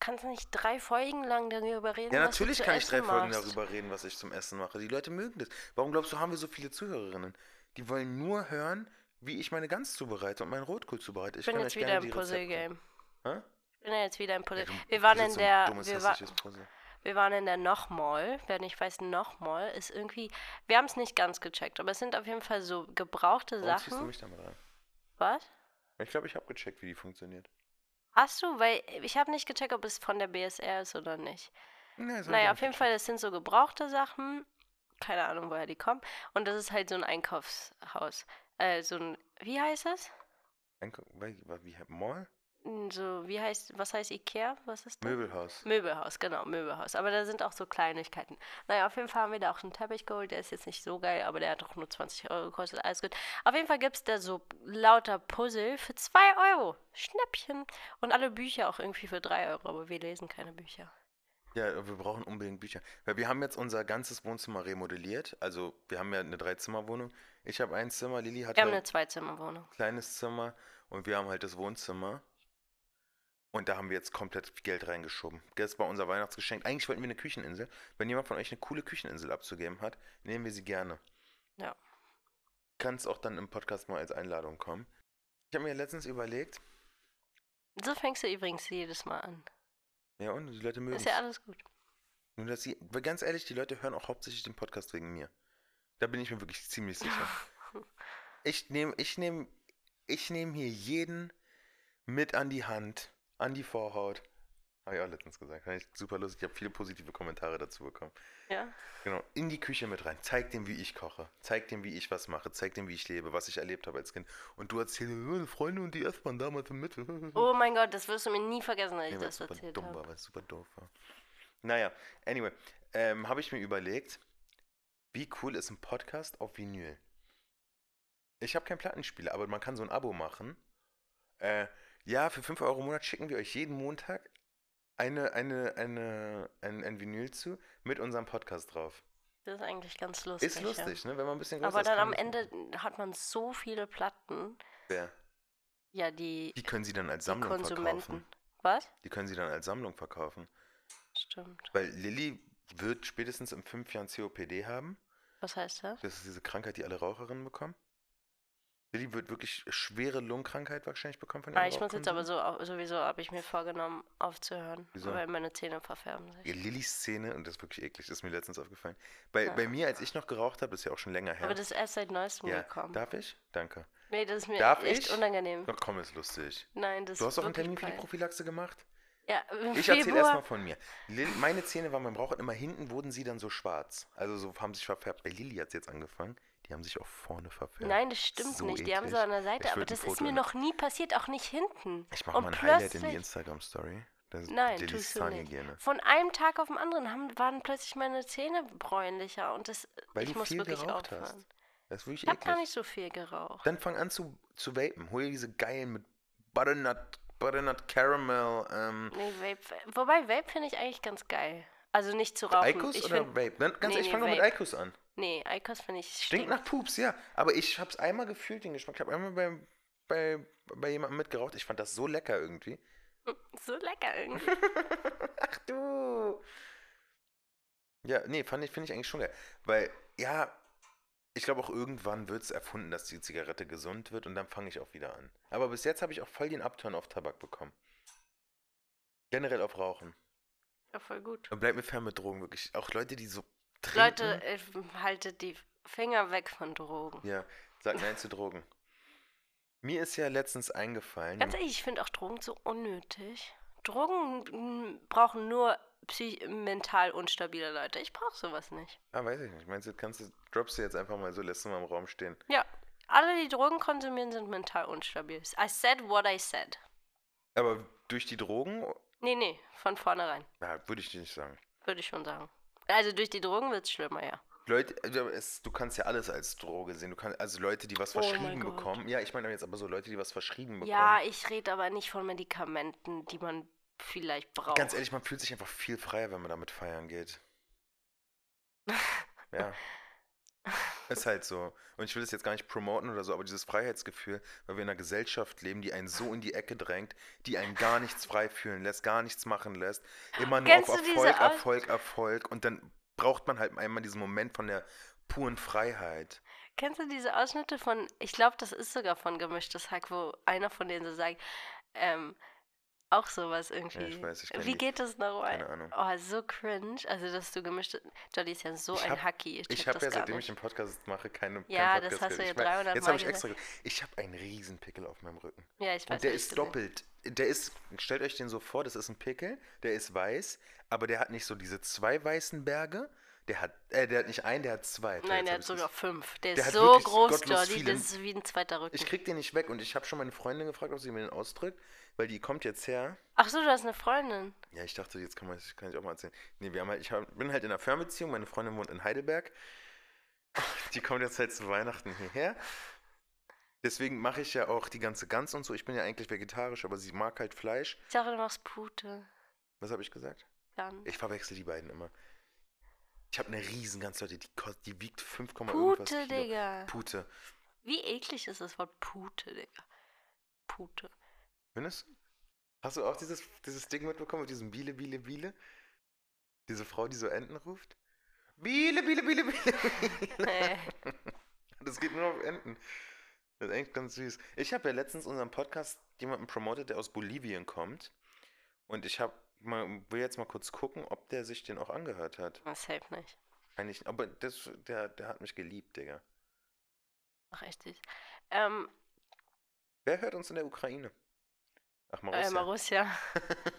S2: kannst nicht drei Folgen lang darüber reden.
S1: Ja,
S2: was du
S1: natürlich
S2: zu
S1: kann ich
S2: essen
S1: drei Folgen
S2: machst.
S1: darüber reden, was ich zum Essen mache. Die Leute mögen das. Warum glaubst du, haben wir so viele Zuhörerinnen? Die wollen nur hören, wie ich meine Gans zubereite und meinen Rotkohl zubereite.
S2: Ich bin
S1: kann
S2: jetzt
S1: euch gerne
S2: wieder im
S1: die Rezepte-
S2: Puzzle-Game.
S1: Hä?
S2: Ich bin ja jetzt wieder im
S1: Ja,
S2: Puzzle.
S1: du-
S2: wir
S1: du
S2: waren
S1: bist
S2: in
S1: so ein
S2: der.
S1: dummes,
S2: wir, wa
S1: hässliches Puzzle.
S2: wir waren in der Nochmal. Wer nicht weiß, Nochmal ist irgendwie. Wir haben es nicht ganz gecheckt, aber es sind auf jeden Fall so gebrauchte
S1: Warum ziehst du
S2: Sachen.
S1: mich damit rein?
S2: Was?
S1: Ich glaube, ich habe gecheckt, wie die funktioniert.
S2: Hast du? Weil äh, ich habe nicht gecheckt, ob es von der BSR ist oder nicht.
S1: Nee, das hab ich
S2: Naja,
S1: auch
S2: auf jeden Fall, das sind so gebrauchte Sachen. Keine Ahnung, woher die kommen. Und das ist halt so ein Einkaufshaus. Äh, so ein, wie heißt das?
S1: Einkauf- weil- weil- Wie, Mall?
S2: So, wie heißt, was heißt Ikea? Was ist das?
S1: Möbelhaus.
S2: Möbelhaus, genau, Möbelhaus. Aber da sind auch so Kleinigkeiten. Naja, auf jeden Fall haben wir da auch einen Teppich geholt. Der ist jetzt nicht so geil, aber der hat doch nur 20 Euro gekostet. Alles gut. Auf jeden Fall gibt es da so lauter Puzzle für 2 Euro. Schnäppchen. Und alle Bücher auch irgendwie für 3 Euro. Aber wir lesen keine Bücher.
S1: Ja, wir brauchen unbedingt Bücher. Weil wir haben jetzt unser ganzes Wohnzimmer remodelliert. Also, wir haben ja eine Dreizimmerwohnung. Ich habe ein Zimmer, Lilly hat
S2: Wir haben
S1: ja
S2: eine Zweizimmerwohnung.
S1: kleines Zimmer und wir haben halt das Wohnzimmer. Und da haben wir jetzt komplett viel Geld reingeschoben. Das war unser Weihnachtsgeschenk. Eigentlich wollten wir eine Kücheninsel. Wenn jemand von euch eine coole Kücheninsel abzugeben hat, nehmen wir sie gerne.
S2: Ja.
S1: Kann es auch dann im Podcast mal als Einladung kommen. Ich habe mir letztens überlegt,
S2: So fängst du übrigens jedes Mal an.
S1: ja und die Leute mögen
S2: Ist ja alles gut.
S1: Nur dass sie, weil ganz ehrlich, die Leute hören auch hauptsächlich den Podcast wegen mir. Da bin ich mir wirklich ziemlich sicher. Ich nehme, ich nehme, ich nehme hier jeden mit an die Hand, an die Vorhaut. Habe ich auch letztens gesagt. Fand ich super lustig. Ich habe viele positive Kommentare dazu bekommen.
S2: Ja.
S1: Genau. In die Küche mit rein. Zeig dem, wie ich koche. Zeig dem, wie ich was mache. Zeig dem, wie ich lebe, was ich erlebt habe als Kind. Und du erzählst, "Äh, Freunde und die Essbahn damals im Mitte.
S2: Oh mein Gott, das wirst du mir nie vergessen, dass ich
S1: Nee, weil es
S2: das
S1: super
S2: erzählt
S1: dumm
S2: habe.
S1: war, weil es super doof war. Naja, anyway, ähm, habe ich mir überlegt, wie cool ist ein Podcast auf Vinyl? Ich habe keinen Plattenspieler, aber man kann so ein Abo machen. Äh, ja, für 5 Euro im Monat schicken wir euch jeden Montag eine, eine, eine, ein, ein Vinyl zu mit unserem Podcast drauf.
S2: Das ist eigentlich ganz lustig.
S1: Ist lustig, ne? Wenn man ein bisschen
S2: Ja.
S1: größer
S2: Aber
S1: ist, kann
S2: dann am
S1: man das
S2: Ende hat man so viele Platten,
S1: machen. Ja.
S2: ja, die,
S1: Die können sie dann als
S2: die
S1: Sammlung
S2: Konsumenten.
S1: verkaufen.
S2: Was?
S1: Die können sie dann als Sammlung verkaufen.
S2: Stimmt.
S1: Weil Lilly wird spätestens in fünf Jahren COPD haben.
S2: Was heißt das?
S1: Das ist diese Krankheit, die alle Raucherinnen bekommen. Lilly wird wirklich schwere Lungenkrankheit wahrscheinlich bekommen von
S2: Ah,
S1: ihrem
S2: ich muss jetzt aber
S1: Rauchkonsum.
S2: so au- sowieso habe ich mir vorgenommen, aufzuhören.
S1: Wieso?
S2: Weil meine Zähne verfärben sich.
S1: Ja, Lillys Szene, und das ist wirklich eklig, ist mir letztens aufgefallen. Bei,
S2: Ja.
S1: bei mir, als ich noch geraucht habe, ist ja auch schon länger her.
S2: Aber das ist erst seit neuestem
S1: ja,
S2: gekommen.
S1: darf ich? Danke.
S2: nee, das ist mir
S1: darf
S2: echt
S1: ich?
S2: unangenehm.
S1: Na komm, ist lustig.
S2: Nein, Mhm. das
S1: Du
S2: ist
S1: hast auch einen
S2: wirklich
S1: Termin für die
S2: peinlich.
S1: Prophylaxe gemacht?
S2: Ja, im
S1: Ich erzähle
S2: Februar.
S1: erstmal von mir. Lill, meine Zähne waren beim Rauchen immer hinten, wurden sie dann so schwarz. Also so haben sich verfärbt. Bei Lilly hat es jetzt angefangen. Die haben sich auch vorne verfärbt.
S2: Nein, das stimmt
S1: So
S2: nicht. Die haben so
S1: eklig.
S2: an der Seite,
S1: Ich
S2: aber
S1: würd ein
S2: das ist
S1: Foto
S2: mir
S1: in-
S2: noch nie passiert, auch nicht hinten.
S1: Ich mache mal ein
S2: Und
S1: Highlight in die
S2: plötzlich-
S1: Instagram-Story. Das ist
S2: Nein,
S1: Lillys
S2: tust du nicht.
S1: Zahnhygiene.
S2: Von einem Tag auf den anderen haben, waren plötzlich meine Zähne bräunlicher und das,
S1: Weil
S2: ich
S1: du
S2: muss
S1: viel
S2: wirklich
S1: geraucht
S2: aufhören.
S1: hast. Das ist wirklich
S2: Ich habe
S1: eklig.
S2: gar nicht so viel geraucht.
S1: Dann fang an zu, zu vapen. Hol dir diese geilen mit Butternut, Butternut Caramel. Ähm,
S2: Nee, Vape, wobei Vape finde ich eigentlich ganz geil. Also nicht zu rauchen.
S1: Icos
S2: ich
S1: oder
S2: find,
S1: Vape? Dann, ganz
S2: Nee,
S1: ehrlich,
S2: nee,
S1: fang doch mit
S2: Vape.
S1: Icos an.
S2: nee, Icos finde ich
S1: Stinkt
S2: stinkt.
S1: nach Pups, ja. Aber ich hab's einmal gefühlt, den Geschmack. Ich hab einmal bei, bei, bei jemandem mitgeraucht. Ich fand das so lecker irgendwie.
S2: So lecker irgendwie.
S1: Ach du. Ja, nee, fand ich, finde ich eigentlich schon geil. Weil, ja, ich glaube auch irgendwann wird es erfunden, dass die Zigarette gesund wird und dann fange ich auch wieder an. Aber bis jetzt habe ich auch voll den Upturn auf Tabak bekommen. Generell auf Rauchen.
S2: Ja, voll gut.
S1: Und bleib mir fern mit Drogen, wirklich. Auch Leute, die so trinken.
S2: Leute, äh, haltet die Finger weg von Drogen.
S1: Ja, sag nein zu Drogen. Mir ist ja letztens eingefallen.
S2: Ganz e- ehrlich, ich finde auch Drogen so unnötig. Drogen mm, brauchen nur psych mental unstabile Leute. Ich brauche sowas nicht.
S1: ah, weiß ich nicht. Meinst du, kannst du, droppst du jetzt einfach mal so, lässt du mal im Raum stehen.
S2: Ja, alle, die Drogen konsumieren, sind mental unstabil. I said what I said.
S1: Aber durch die Drogen,
S2: Nee, nee, von vornherein,
S1: na, würde ich nicht sagen.
S2: würde ich schon sagen. Also durch die Drogen wird es schlimmer, ja.
S1: Leute, also es, du kannst ja alles als Droge sehen. Du kannst, also Leute, die was
S2: Oh mein
S1: verschrieben
S2: Gott.
S1: bekommen. Ja, ich meine aber jetzt aber so Leute, die was verschrieben bekommen.
S2: Ja, ich rede aber nicht von Medikamenten, die man vielleicht braucht.
S1: Ganz ehrlich, man fühlt sich einfach viel freier, wenn man damit feiern geht. Ja. Ist halt so. Und ich will das jetzt gar nicht promoten oder so, aber dieses Freiheitsgefühl, weil wir in einer Gesellschaft leben, die einen so in die Ecke drängt, die einen gar nichts frei fühlen lässt, gar nichts machen lässt. Immer nur
S2: Kennst
S1: auf
S2: du diese
S1: Erfolg,
S2: Aus-
S1: Erfolg, Erfolg. Und dann braucht man halt einmal diesen Moment von der puren Freiheit.
S2: Kennst du diese Ausschnitte von, ich glaube, das ist sogar von Gemischtes Hack, wo einer von denen so sagt, ähm, auch sowas irgendwie.
S1: Ja, ich weiß, ich kenn
S2: Wie
S1: die.
S2: geht das
S1: Keine
S2: nochmal?
S1: Ahnung.
S2: Oh, so cringe. Also, dass du gemischt. Jolly ist ja so
S1: Ich
S2: ein
S1: hab-
S2: Hacki. Ich,
S1: Ich
S2: check
S1: habe
S2: das
S1: ja,
S2: gar
S1: seitdem ich
S2: nicht.
S1: den Podcast mache, keine,
S2: Ja,
S1: keinen
S2: das
S1: Podcast
S2: hast du
S1: mehr.
S2: ja
S1: Ich mein,
S2: 300
S1: Jetzt
S2: Mal
S1: habe ich extra. Ich habe einen riesen Pickel auf meinem Rücken.
S2: Ja, ich weiß
S1: Und der
S2: was
S1: ist
S2: du meinst.
S1: doppelt. Der ist, stellt euch den so vor, das ist ein Pickel, der ist weiß, aber der hat nicht so diese zwei weißen Berge. Der hat, äh, der hat nicht einen, der hat zwei. Toll, jetzt
S2: Nein,
S1: hab
S2: der hat
S1: ich's
S2: sogar
S1: gesagt.
S2: fünf. Der,
S1: Der
S2: ist
S1: hat
S2: so
S1: wirklich
S2: groß,
S1: gottlos
S2: Jolly.
S1: viele-
S2: Das ist wie ein zweiter Rücken.
S1: Ich krieg den nicht weg und ich habe schon meine Freundin gefragt, ob sie mir den ausdrückt, weil die kommt jetzt her.
S2: Ach so, du hast eine Freundin.
S1: Ja, ich dachte, jetzt kann, man, das kann ich auch mal erzählen. Nee, wir haben halt, ich hab, bin halt in einer Fernbeziehung, meine Freundin wohnt in Heidelberg. Die kommt jetzt halt zu Weihnachten hierher. Deswegen mache ich ja auch die ganze Gans und so. Ich bin ja eigentlich vegetarisch, aber sie mag halt Fleisch.
S2: Ich dachte, du machst Pute.
S1: Was habe ich gesagt?
S2: Dann.
S1: Ich verwechsel die beiden immer. Ich habe eine riesen ganz Leute, die, kost- die wiegt 5, irgendwas
S2: Pute,
S1: Kilo.
S2: Digga.
S1: Pute.
S2: Wie eklig ist das Wort Pute, Digga. Pute.
S1: Findest du? Hast du auch dieses, dieses Ding mitbekommen mit diesem Biele, Biele, Biele? Diese Frau, die so Enten ruft? Biele, Biele, Biele, Biele.
S2: Nee.
S1: Das geht nur auf Enten. Das ist echt ganz süß. Ich habe ja letztens unseren Podcast jemanden promotet, der aus Bolivien kommt. Und ich hab mal, will jetzt mal kurz gucken, ob der sich den auch angehört hat.
S2: Das hilft nicht.
S1: Eigentlich, aber das, der, der hat mich geliebt, Digga.
S2: Ach, echt süß. Ähm,
S1: Wer hört uns in der Ukraine? Ach,
S2: äh,
S1: Marussia.
S2: Marussia.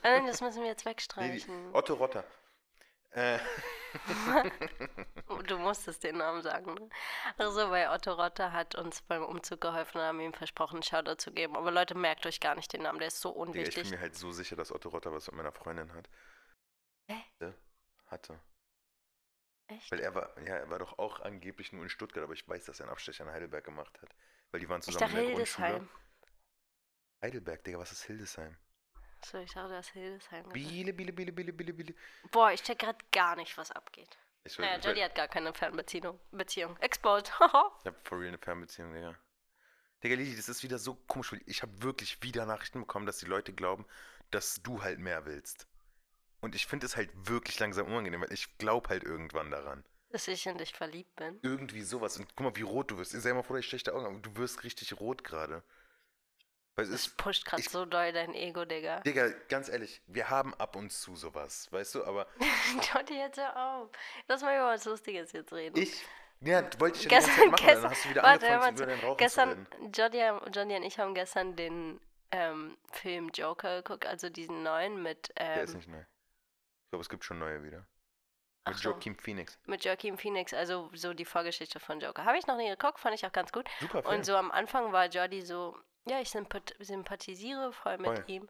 S2: Nein, das müssen wir jetzt
S1: nee, die- Oh,
S2: wegstreichen.
S1: Otto Rotter. Äh,
S2: Oh, Du musstest den Namen sagen. ne? Also, weil Otto Rotter hat uns beim Umzug geholfen und haben ihm versprochen, einen Shoutout zu geben. Aber Leute, merkt euch gar nicht den Namen, der ist so
S1: Digga, ich bin
S2: unwichtig.
S1: mir halt so sicher, dass Otto Rotter was mit meiner Freundin hat.
S2: Hä?
S1: Ja, Hatte.
S2: Echt?
S1: Weil er war, ja, er war doch auch angeblich nur in Stuttgart, aber ich weiß, dass er einen Abstecher in Heidelberg gemacht hat. Weil die waren
S2: Ich
S1: zusammen
S2: dachte
S1: in der Grundschule.
S2: Hildesheim.
S1: Heidelberg, Digga, was ist Hildesheim?
S2: So, ich dachte, das ist Hildesheim. gesagt.
S1: Biele, Biele, Biele, Biele, Biele, Biele.
S2: Boah, ich check gerade gar nicht, was abgeht.
S1: Ich, will-
S2: Naja,
S1: ich, will-
S2: Jolly hat gar keine Fernbeziehung. Beziehung. Exposed.
S1: ich hab for real eine Fernbeziehung, Digga. Digga, Lili, das ist wieder so komisch. weil Ich habe wirklich wieder Nachrichten bekommen, dass die Leute glauben, dass du halt mehr willst. Und ich finde es halt wirklich langsam unangenehm, weil ich glaube halt irgendwann daran.
S2: Dass ich in dich verliebt bin.
S1: Irgendwie sowas. Und guck mal, wie rot du wirst. Sei mal froh, dass ich schlechte Augen habe. Du wirst richtig rot gerade. Weil es
S2: Das
S1: ist
S2: pusht gerade
S1: ich-
S2: so doll dein Ego, Digga.
S1: Digga, ganz ehrlich, wir haben ab und zu sowas, weißt du, aber
S2: Jolly, jetzt hör auf. Lass mal über was Lustiges jetzt reden.
S1: ich. Ja, das wollte ich ja
S2: Gestern-
S1: die ganze Zeit machen,
S2: gestern-
S1: dann hast du wieder
S2: warte,
S1: angefangen,
S2: warte,
S1: über den Rauchen zu
S2: Gestern,
S1: reden.
S2: Johnny, Johnny und ich haben gestern den ähm, Film Joker geguckt, also diesen neuen mit,
S1: Der
S2: ähm,
S1: ist nicht neu. Ich glaube, es gibt schon neue wieder.
S2: ach
S1: Mit
S2: so,
S1: Joaquin Phoenix.
S2: mit Joaquin Phoenix, also so die Vorgeschichte von Joker. Habe ich noch nie geguckt, fand ich auch ganz gut.
S1: Super Film.
S2: Und so am Anfang war Jolly so, ja, ich sympath sympathisiere voll mit
S1: Voll.
S2: ihm.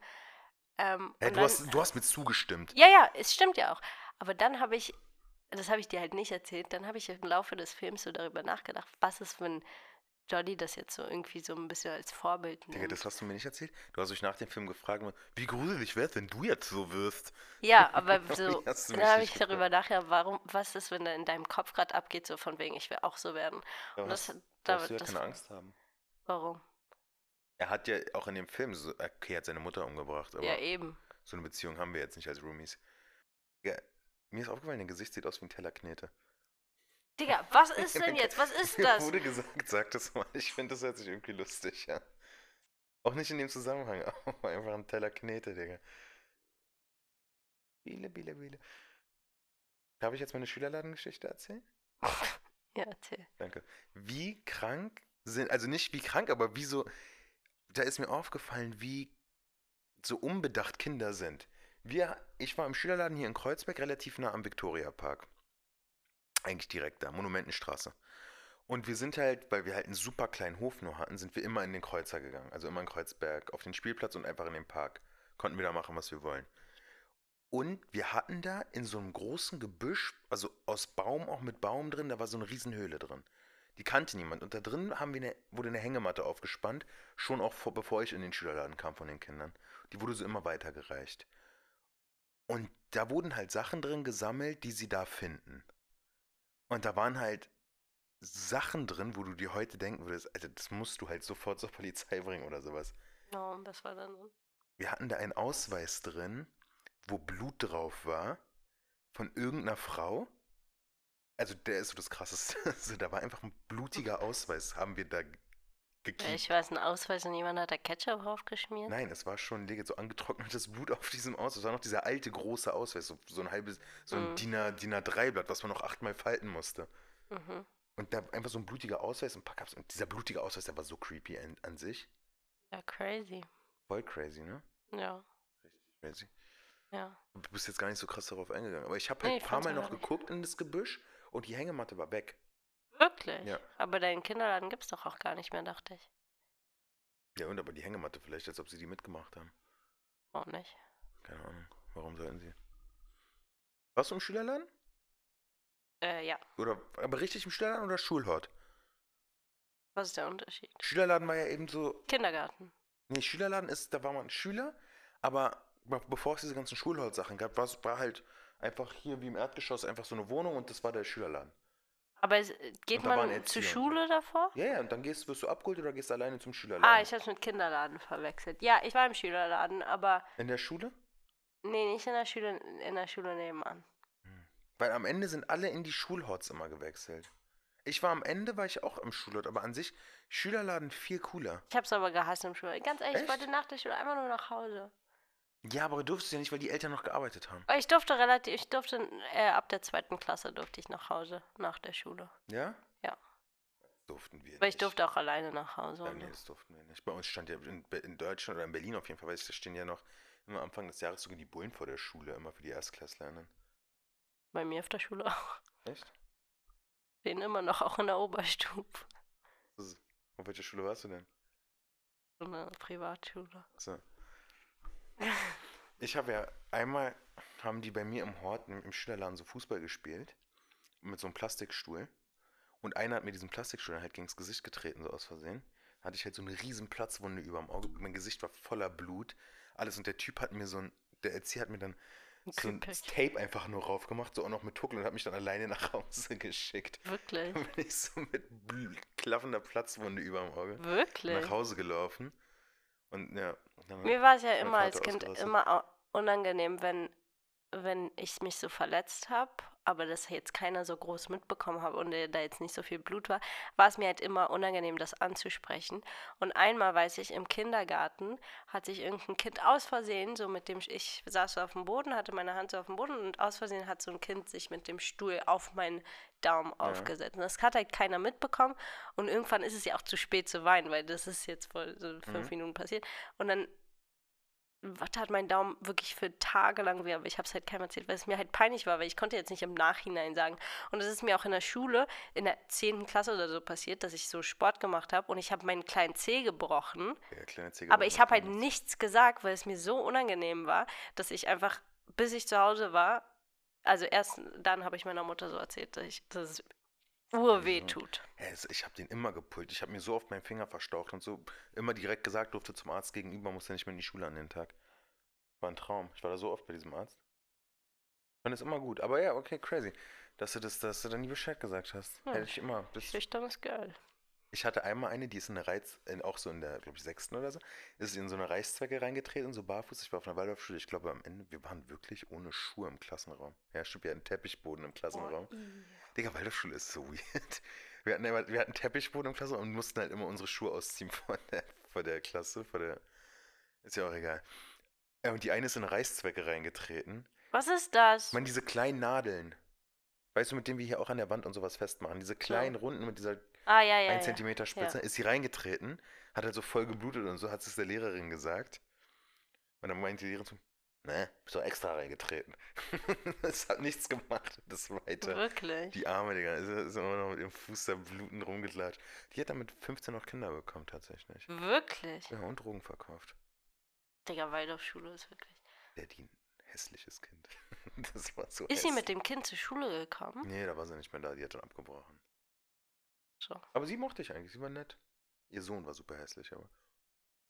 S2: Ähm,
S1: Hey,
S2: und
S1: du,
S2: dann-
S1: hast, du hast mir zugestimmt.
S2: Ja, ja, es stimmt ja auch. Aber dann habe ich, das habe ich dir halt nicht erzählt, dann habe ich im Laufe des Films so darüber nachgedacht, was ist, wenn Jolly das jetzt so irgendwie so ein bisschen als Vorbild nimmt.
S1: Digga, das hast du mir nicht erzählt? Du hast mich nach dem Film gefragt, wie gruselig wär's, wenn du jetzt so wirst.
S2: ja, aber so,
S1: Wie hast du mich
S2: dann habe
S1: nicht
S2: ich darüber nachgedacht, warum, was ist, wenn da in deinem Kopf gerade abgeht, so von wegen, ich will auch so werden.
S1: Ja,
S2: Und das,
S1: hast-
S2: da,
S1: brauchst du ja
S2: das,
S1: keine Angst haben.
S2: warum?
S1: Er hat ja auch in dem Film, so, okay, er hat seine Mutter umgebracht, aber
S2: ja, eben.
S1: so eine Beziehung haben wir jetzt nicht als Roomies. Digga, mir ist aufgefallen, dein Gesicht sieht aus wie ein Tellerknete.
S2: Digga, was ist denn jetzt? Was ist
S1: Mir
S2: das?
S1: wurde gesagt, sag das mal. Ich finde, das hört sich irgendwie lustig an. Auch nicht in dem Zusammenhang, aber einfach ein Teller Knete, Digga. Biele, biele, biele. Darf ich jetzt meine Schülerladengeschichte erzählen?
S2: Ja, erzähl.
S1: Danke. Wie krank sind, also nicht wie krank, aber wie so, da ist mir aufgefallen, wie so unbedacht Kinder sind. Wir, ich war im Schülerladen hier in Kreuzberg, relativ nah am Viktoriapark. Eigentlich direkt da, Monumentenstraße. Und wir sind halt, weil wir halt einen super kleinen Hof nur hatten, sind wir immer in den Kreuzer gegangen. Also immer in Kreuzberg, auf den Spielplatz und einfach in den Park. Konnten wir da machen, was wir wollen. Und wir hatten da in so einem großen Gebüsch, also aus Baum, auch mit Baum drin, da war so eine Riesenhöhle drin. Die kannte niemand. Und da drin haben wir eine, wurde eine Hängematte aufgespannt, schon auch vor, bevor ich in den Schülerladen kam von den Kindern. Die wurde so immer weitergereicht. Und da wurden halt Sachen drin gesammelt, die sie da finden. Und da waren halt Sachen drin, wo du dir heute denken würdest, Alter, das musst du halt sofort zur Polizei bringen oder sowas.
S2: Ja, und was war da drin?
S1: Wir hatten da einen Ausweis drin, wo Blut drauf war von irgendeiner Frau. Also der ist so das Krasseste. Also da war einfach ein blutiger Ausweis, haben wir da gekriegt.
S2: Ich weiß, ein Ausweis und jemand hat da Ketchup draufgeschmiert.
S1: Nein, es war schon lege- so angetrocknetes Blut auf diesem Ausweis. Es war noch dieser alte große Ausweis, so, so ein halbes, so ein
S2: Mhm.
S1: DIN A- DIN A3-Blatt, was man noch achtmal falten musste.
S2: Mhm.
S1: Und da einfach so ein blutiger Ausweis, ein paar Cups. Und dieser blutige Ausweis, der war so creepy an, an sich.
S2: Ja, crazy.
S1: Voll crazy, ne?
S2: Ja,
S1: Crazy.
S2: ja.
S1: Du bist jetzt gar nicht so krass darauf eingegangen. Aber ich habe
S2: Nee,
S1: halt
S2: ich
S1: ein paar
S2: fand's
S1: Mal noch
S2: langweilig.
S1: geguckt in das Gebüsch und die Hängematte war weg.
S2: Wirklich?
S1: Ja.
S2: Aber deinen Kinderladen gibt's doch auch gar nicht mehr, dachte ich.
S1: Ja, und aber die Hängematte vielleicht, als ob sie die mitgemacht haben.
S2: Auch nicht.
S1: Keine Ahnung. Warum sollten sie? Warst du im Schülerladen?
S2: Äh, ja.
S1: Oder, aber richtig im Schülerladen oder Schulhort?
S2: Was ist der Unterschied?
S1: Schülerladen war ja eben so.
S2: Kindergarten.
S1: Nee, Schülerladen ist, da war man Schüler, aber be- bevor es diese ganzen Schulhort-Sachen gab, war es war halt einfach hier wie im Erdgeschoss einfach so eine Wohnung und das war der Schülerladen.
S2: Aber es, geht
S1: Und da waren
S2: man
S1: Erzieher und so.
S2: zur Schule davor?
S1: Ja, ja, und dann gehst, wirst du abgeholt oder gehst alleine zum Schülerladen?
S2: Ah, ich hab's mit Kinderladen verwechselt. Ja, ich war im Schülerladen, aber
S1: in der Schule?
S2: nee, nicht in der Schule, in der Schule nebenan.
S1: Weil am Ende sind alle in die Schulhorts immer gewechselt. Ich war am Ende, war ich auch im Schulhort, aber an sich Schülerladen viel cooler.
S2: Ich hab's aber gehasst im Schulhort. Ganz ehrlich, ich
S1: Echt?
S2: wollte nach der Schule einfach nur nach Hause.
S1: Ja, aber du durftest ja nicht, weil die Eltern noch gearbeitet haben.
S2: Aber ich durfte relativ, ich durfte, äh, ab der zweiten Klasse durfte ich nach Hause, nach der Schule.
S1: Ja?
S2: Ja.
S1: Durften wir
S2: Aber
S1: nicht.
S2: ich durfte auch alleine nach Hause.
S1: Ja,
S2: und
S1: nee,
S2: so.
S1: das durften wir nicht. Bei uns stand ja in, Be- in Deutschland oder in Berlin auf jeden Fall, weil es stehen ja noch immer Anfang des Jahres sogar die Bullen vor der Schule, immer für die Erstklässlerinnen.
S2: Bei mir auf der Schule auch.
S1: Echt?
S2: Den immer noch, auch in der Oberstufe.
S1: Das ist- Auf welcher Schule warst du denn?
S2: So eine Privatschule.
S1: So. Ich habe ja einmal haben die bei mir im Hort im, im Schülerladen so Fußball gespielt mit so einem Plastikstuhl und einer hat mir diesen Plastikstuhl halt gegen das Gesicht getreten so aus Versehen. Da hatte ich halt so eine riesen Platzwunde über dem Auge. Mein Gesicht war voller Blut, alles und der Typ hat mir so ein der Erzieher hat mir dann so ein
S2: Kühlpack.
S1: Tape einfach nur rauf gemacht, so auch noch mit Tuckel und hat mich dann alleine nach Hause geschickt.
S2: Wirklich?
S1: Dann bin ich so mit bl- klaffender Platzwunde über dem Auge
S2: Wirklich?
S1: nach Hause gelaufen. Und ja, dann
S2: Mir war es ja
S1: mein
S2: immer als
S1: Vater
S2: Kind
S1: ausgerastet.
S2: immer au- unangenehm, wenn, wenn ich mich so verletzt habe, aber das jetzt keiner so groß mitbekommen hat und äh, da jetzt nicht so viel Blut war, war es mir halt immer unangenehm, das anzusprechen. Und einmal weiß ich, im Kindergarten hat sich irgendein Kind aus Versehen, so mit dem, ich saß so auf dem Boden, hatte meine Hand so auf dem Boden und aus Versehen hat so ein Kind sich mit dem Stuhl auf meinen Daumen
S1: Ja.
S2: aufgesetzt. Und das hat halt keiner mitbekommen. Und irgendwann ist es ja auch zu spät zu weinen, weil das ist jetzt voll so fünf Minuten passiert. Und dann war- tat mein Daumen wirklich für tagelang weh, aber ich habe es halt keinem erzählt, weil es mir halt peinlich war, weil ich konnte jetzt nicht im Nachhinein sagen. Und es ist mir auch in der Schule, in der 10. Klasse oder so passiert, dass ich so Sport gemacht habe und ich habe meinen kleinen Zeh gebrochen.
S1: Ja, kleine Ziege
S2: Aber
S1: war
S2: ich
S1: mit
S2: habe halt
S1: drin.
S2: nichts gesagt, weil es mir so unangenehm war, dass ich einfach, bis ich zu Hause war, also erst dann habe ich meiner Mutter so erzählt, dass, ich, dass es urweh
S1: so.
S2: tut.
S1: Hä, es- ich habe den immer gepult. Ich habe mir so oft meinen Finger verstaucht und so immer direkt gesagt, durfte zum Arzt gegenüber, musste nicht mehr in die Schule an den Tag. War ein Traum. Ich war da so oft bei diesem Arzt. Dann ist immer gut. Aber ja, okay, crazy. Dass du das, dass du dann nie Bescheid gesagt hast.
S2: Ja,
S1: Hätte ich immer. Das,
S2: Schüchternes Girl.
S1: ich hatte einmal eine, die ist in der Reiz, in, auch so in der, glaube ich, sechsten oder so, ist in so eine Reichszwecke reingetreten, so barfuß. Ich war auf einer Waldorfschule. Ich glaube, am Ende, wir waren wirklich ohne Schuhe im Klassenraum. Ja, stimmt, wir hatten Teppichboden im Klassenraum. Digga, Waldorfschule ist so weird. Wir hatten, immer, wir hatten Teppichboden im Klasse und mussten halt immer unsere Schuhe ausziehen vor der, vor der Klasse, vor der. Ist ja auch egal. Äh, Und die eine ist in Reißzwecke reingetreten.
S2: Was ist das?
S1: Ich meine, diese kleinen Nadeln. Weißt du, mit denen wir hier auch an der Wand und sowas festmachen. Diese kleinen Runden mit dieser
S2: ah, ja,
S1: 1
S2: ja. ja.
S1: Zentimeter Spitze. Ist sie reingetreten, hat halt so voll geblutet und so hat es der Lehrerin gesagt. Und dann meinte die Lehrerin so, ne, bist doch extra reingetreten. das hat nichts gemacht, das weiter.
S2: Wirklich.
S1: Die Arme, Digga, ist, ist immer noch mit ihrem Fuß da blutend rumgelatscht. Die hat dann mit 15 noch Kinder bekommen, tatsächlich.
S2: Wirklich.
S1: Ja, und Drogen verkauft.
S2: Digga, Waldorfschule ist wirklich.
S1: Der die ein hässliches Kind. Das war so
S2: Ist sie mit
S1: hässlich.
S2: dem Kind zur Schule gekommen?
S1: Nee, da war sie nicht mehr da, die hat dann abgebrochen.
S2: So.
S1: Aber sie mochte ich eigentlich, sie war nett. Ihr Sohn war super hässlich, aber.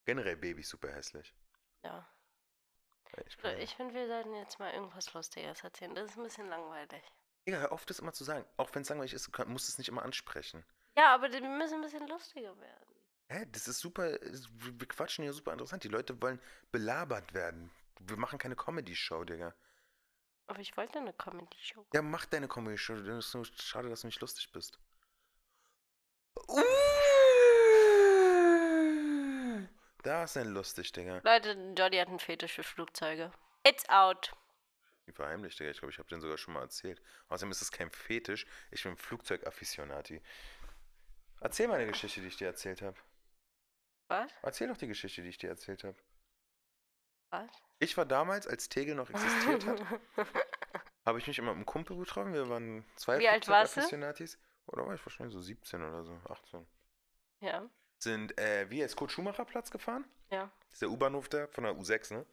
S1: Generell Babys super hässlich.
S2: Ja.
S1: Ja, Ich,
S2: Ich finde, wir sollten jetzt mal irgendwas Lustiges erzählen. Das ist ein bisschen langweilig.
S1: Digga, hör auf, das immer zu sagen. Auch wenn es langweilig ist, du kann- musst es nicht immer ansprechen.
S2: Ja, aber die- wir müssen ein bisschen lustiger werden.
S1: Hä, das ist super, es- wir wir quatschen hier super interessant. Die Leute wollen belabert werden. Wir machen keine Comedy-Show, Digga.
S2: Aber ich wollte eine Comedy-Show.
S1: Ja, mach deine Comedy-Show. Das ist nur schade, dass du nicht lustig bist. Da ist denn lustig, Digga.
S2: Leute, Jordi hat einen Fetisch für Flugzeuge. It's out.
S1: Die verheimlicht, Digga. Ich glaube, ich habe den sogar schon mal erzählt. Außerdem ist es kein Fetisch. Ich bin Flugzeug-Afficionati. Erzähl mal eine Geschichte, die ich dir erzählt habe.
S2: Was?
S1: Erzähl doch die Geschichte, die ich dir erzählt habe.
S2: Was?
S1: Ich war damals, als Tegel noch existiert hat, habe ich mich immer mit einem Kumpel getroffen. Wir waren zwei
S2: Wie alt warst du?
S1: Flugzeug-Afficionatis. Oder war ich wahrscheinlich so 17 oder so, 18.
S2: ja.
S1: Sind äh, wir jetzt Kurt-Schumacher-Platz gefahren?
S2: Ja.
S1: Das ist der U-Bahnhof da von der U6, ne?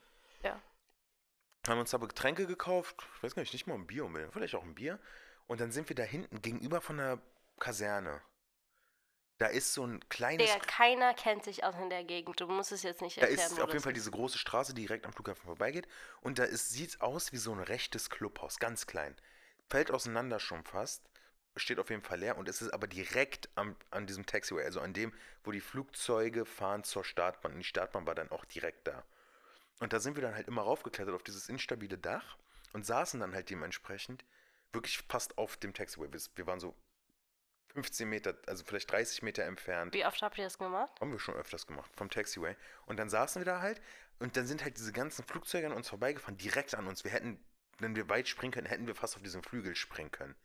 S2: Ja.
S1: Haben uns aber Getränke gekauft. Ich weiß gar nicht, nicht mal ein Bier unbedingt. Vielleicht auch ein Bier. Und dann sind wir da hinten gegenüber von der Kaserne. Da ist so ein kleines.
S2: Digga, keiner kennt sich aus in der Gegend. Du musst es jetzt nicht
S1: da ist
S2: erklären. wo
S1: auf jeden
S2: das
S1: Fall diese große Straße, die direkt am Flughafen vorbeigeht. Und da ist, sieht aus wie so ein rechtes Clubhaus. Ganz klein. Fällt auseinander schon fast. Steht auf jeden Fall leer. Und es ist aber direkt am, an diesem Taxiway. Also an dem, wo die Flugzeuge fahren zur Startbahn. Und die Startbahn war dann auch direkt da. Und da sind wir dann halt immer raufgeklettert auf dieses instabile Dach und saßen dann halt dementsprechend wirklich fast auf dem Taxiway. Wir, wir waren so 15 Meter, also vielleicht 30 Meter entfernt.
S2: Wie oft habt ihr das gemacht?
S1: Haben wir schon öfters gemacht, vom Taxiway. Und dann saßen wir da halt und dann sind halt diese ganzen Flugzeuge an uns vorbeigefahren, direkt an uns. Wir hätten, wenn wir weit springen können, hätten wir fast auf diesen Flügel springen können.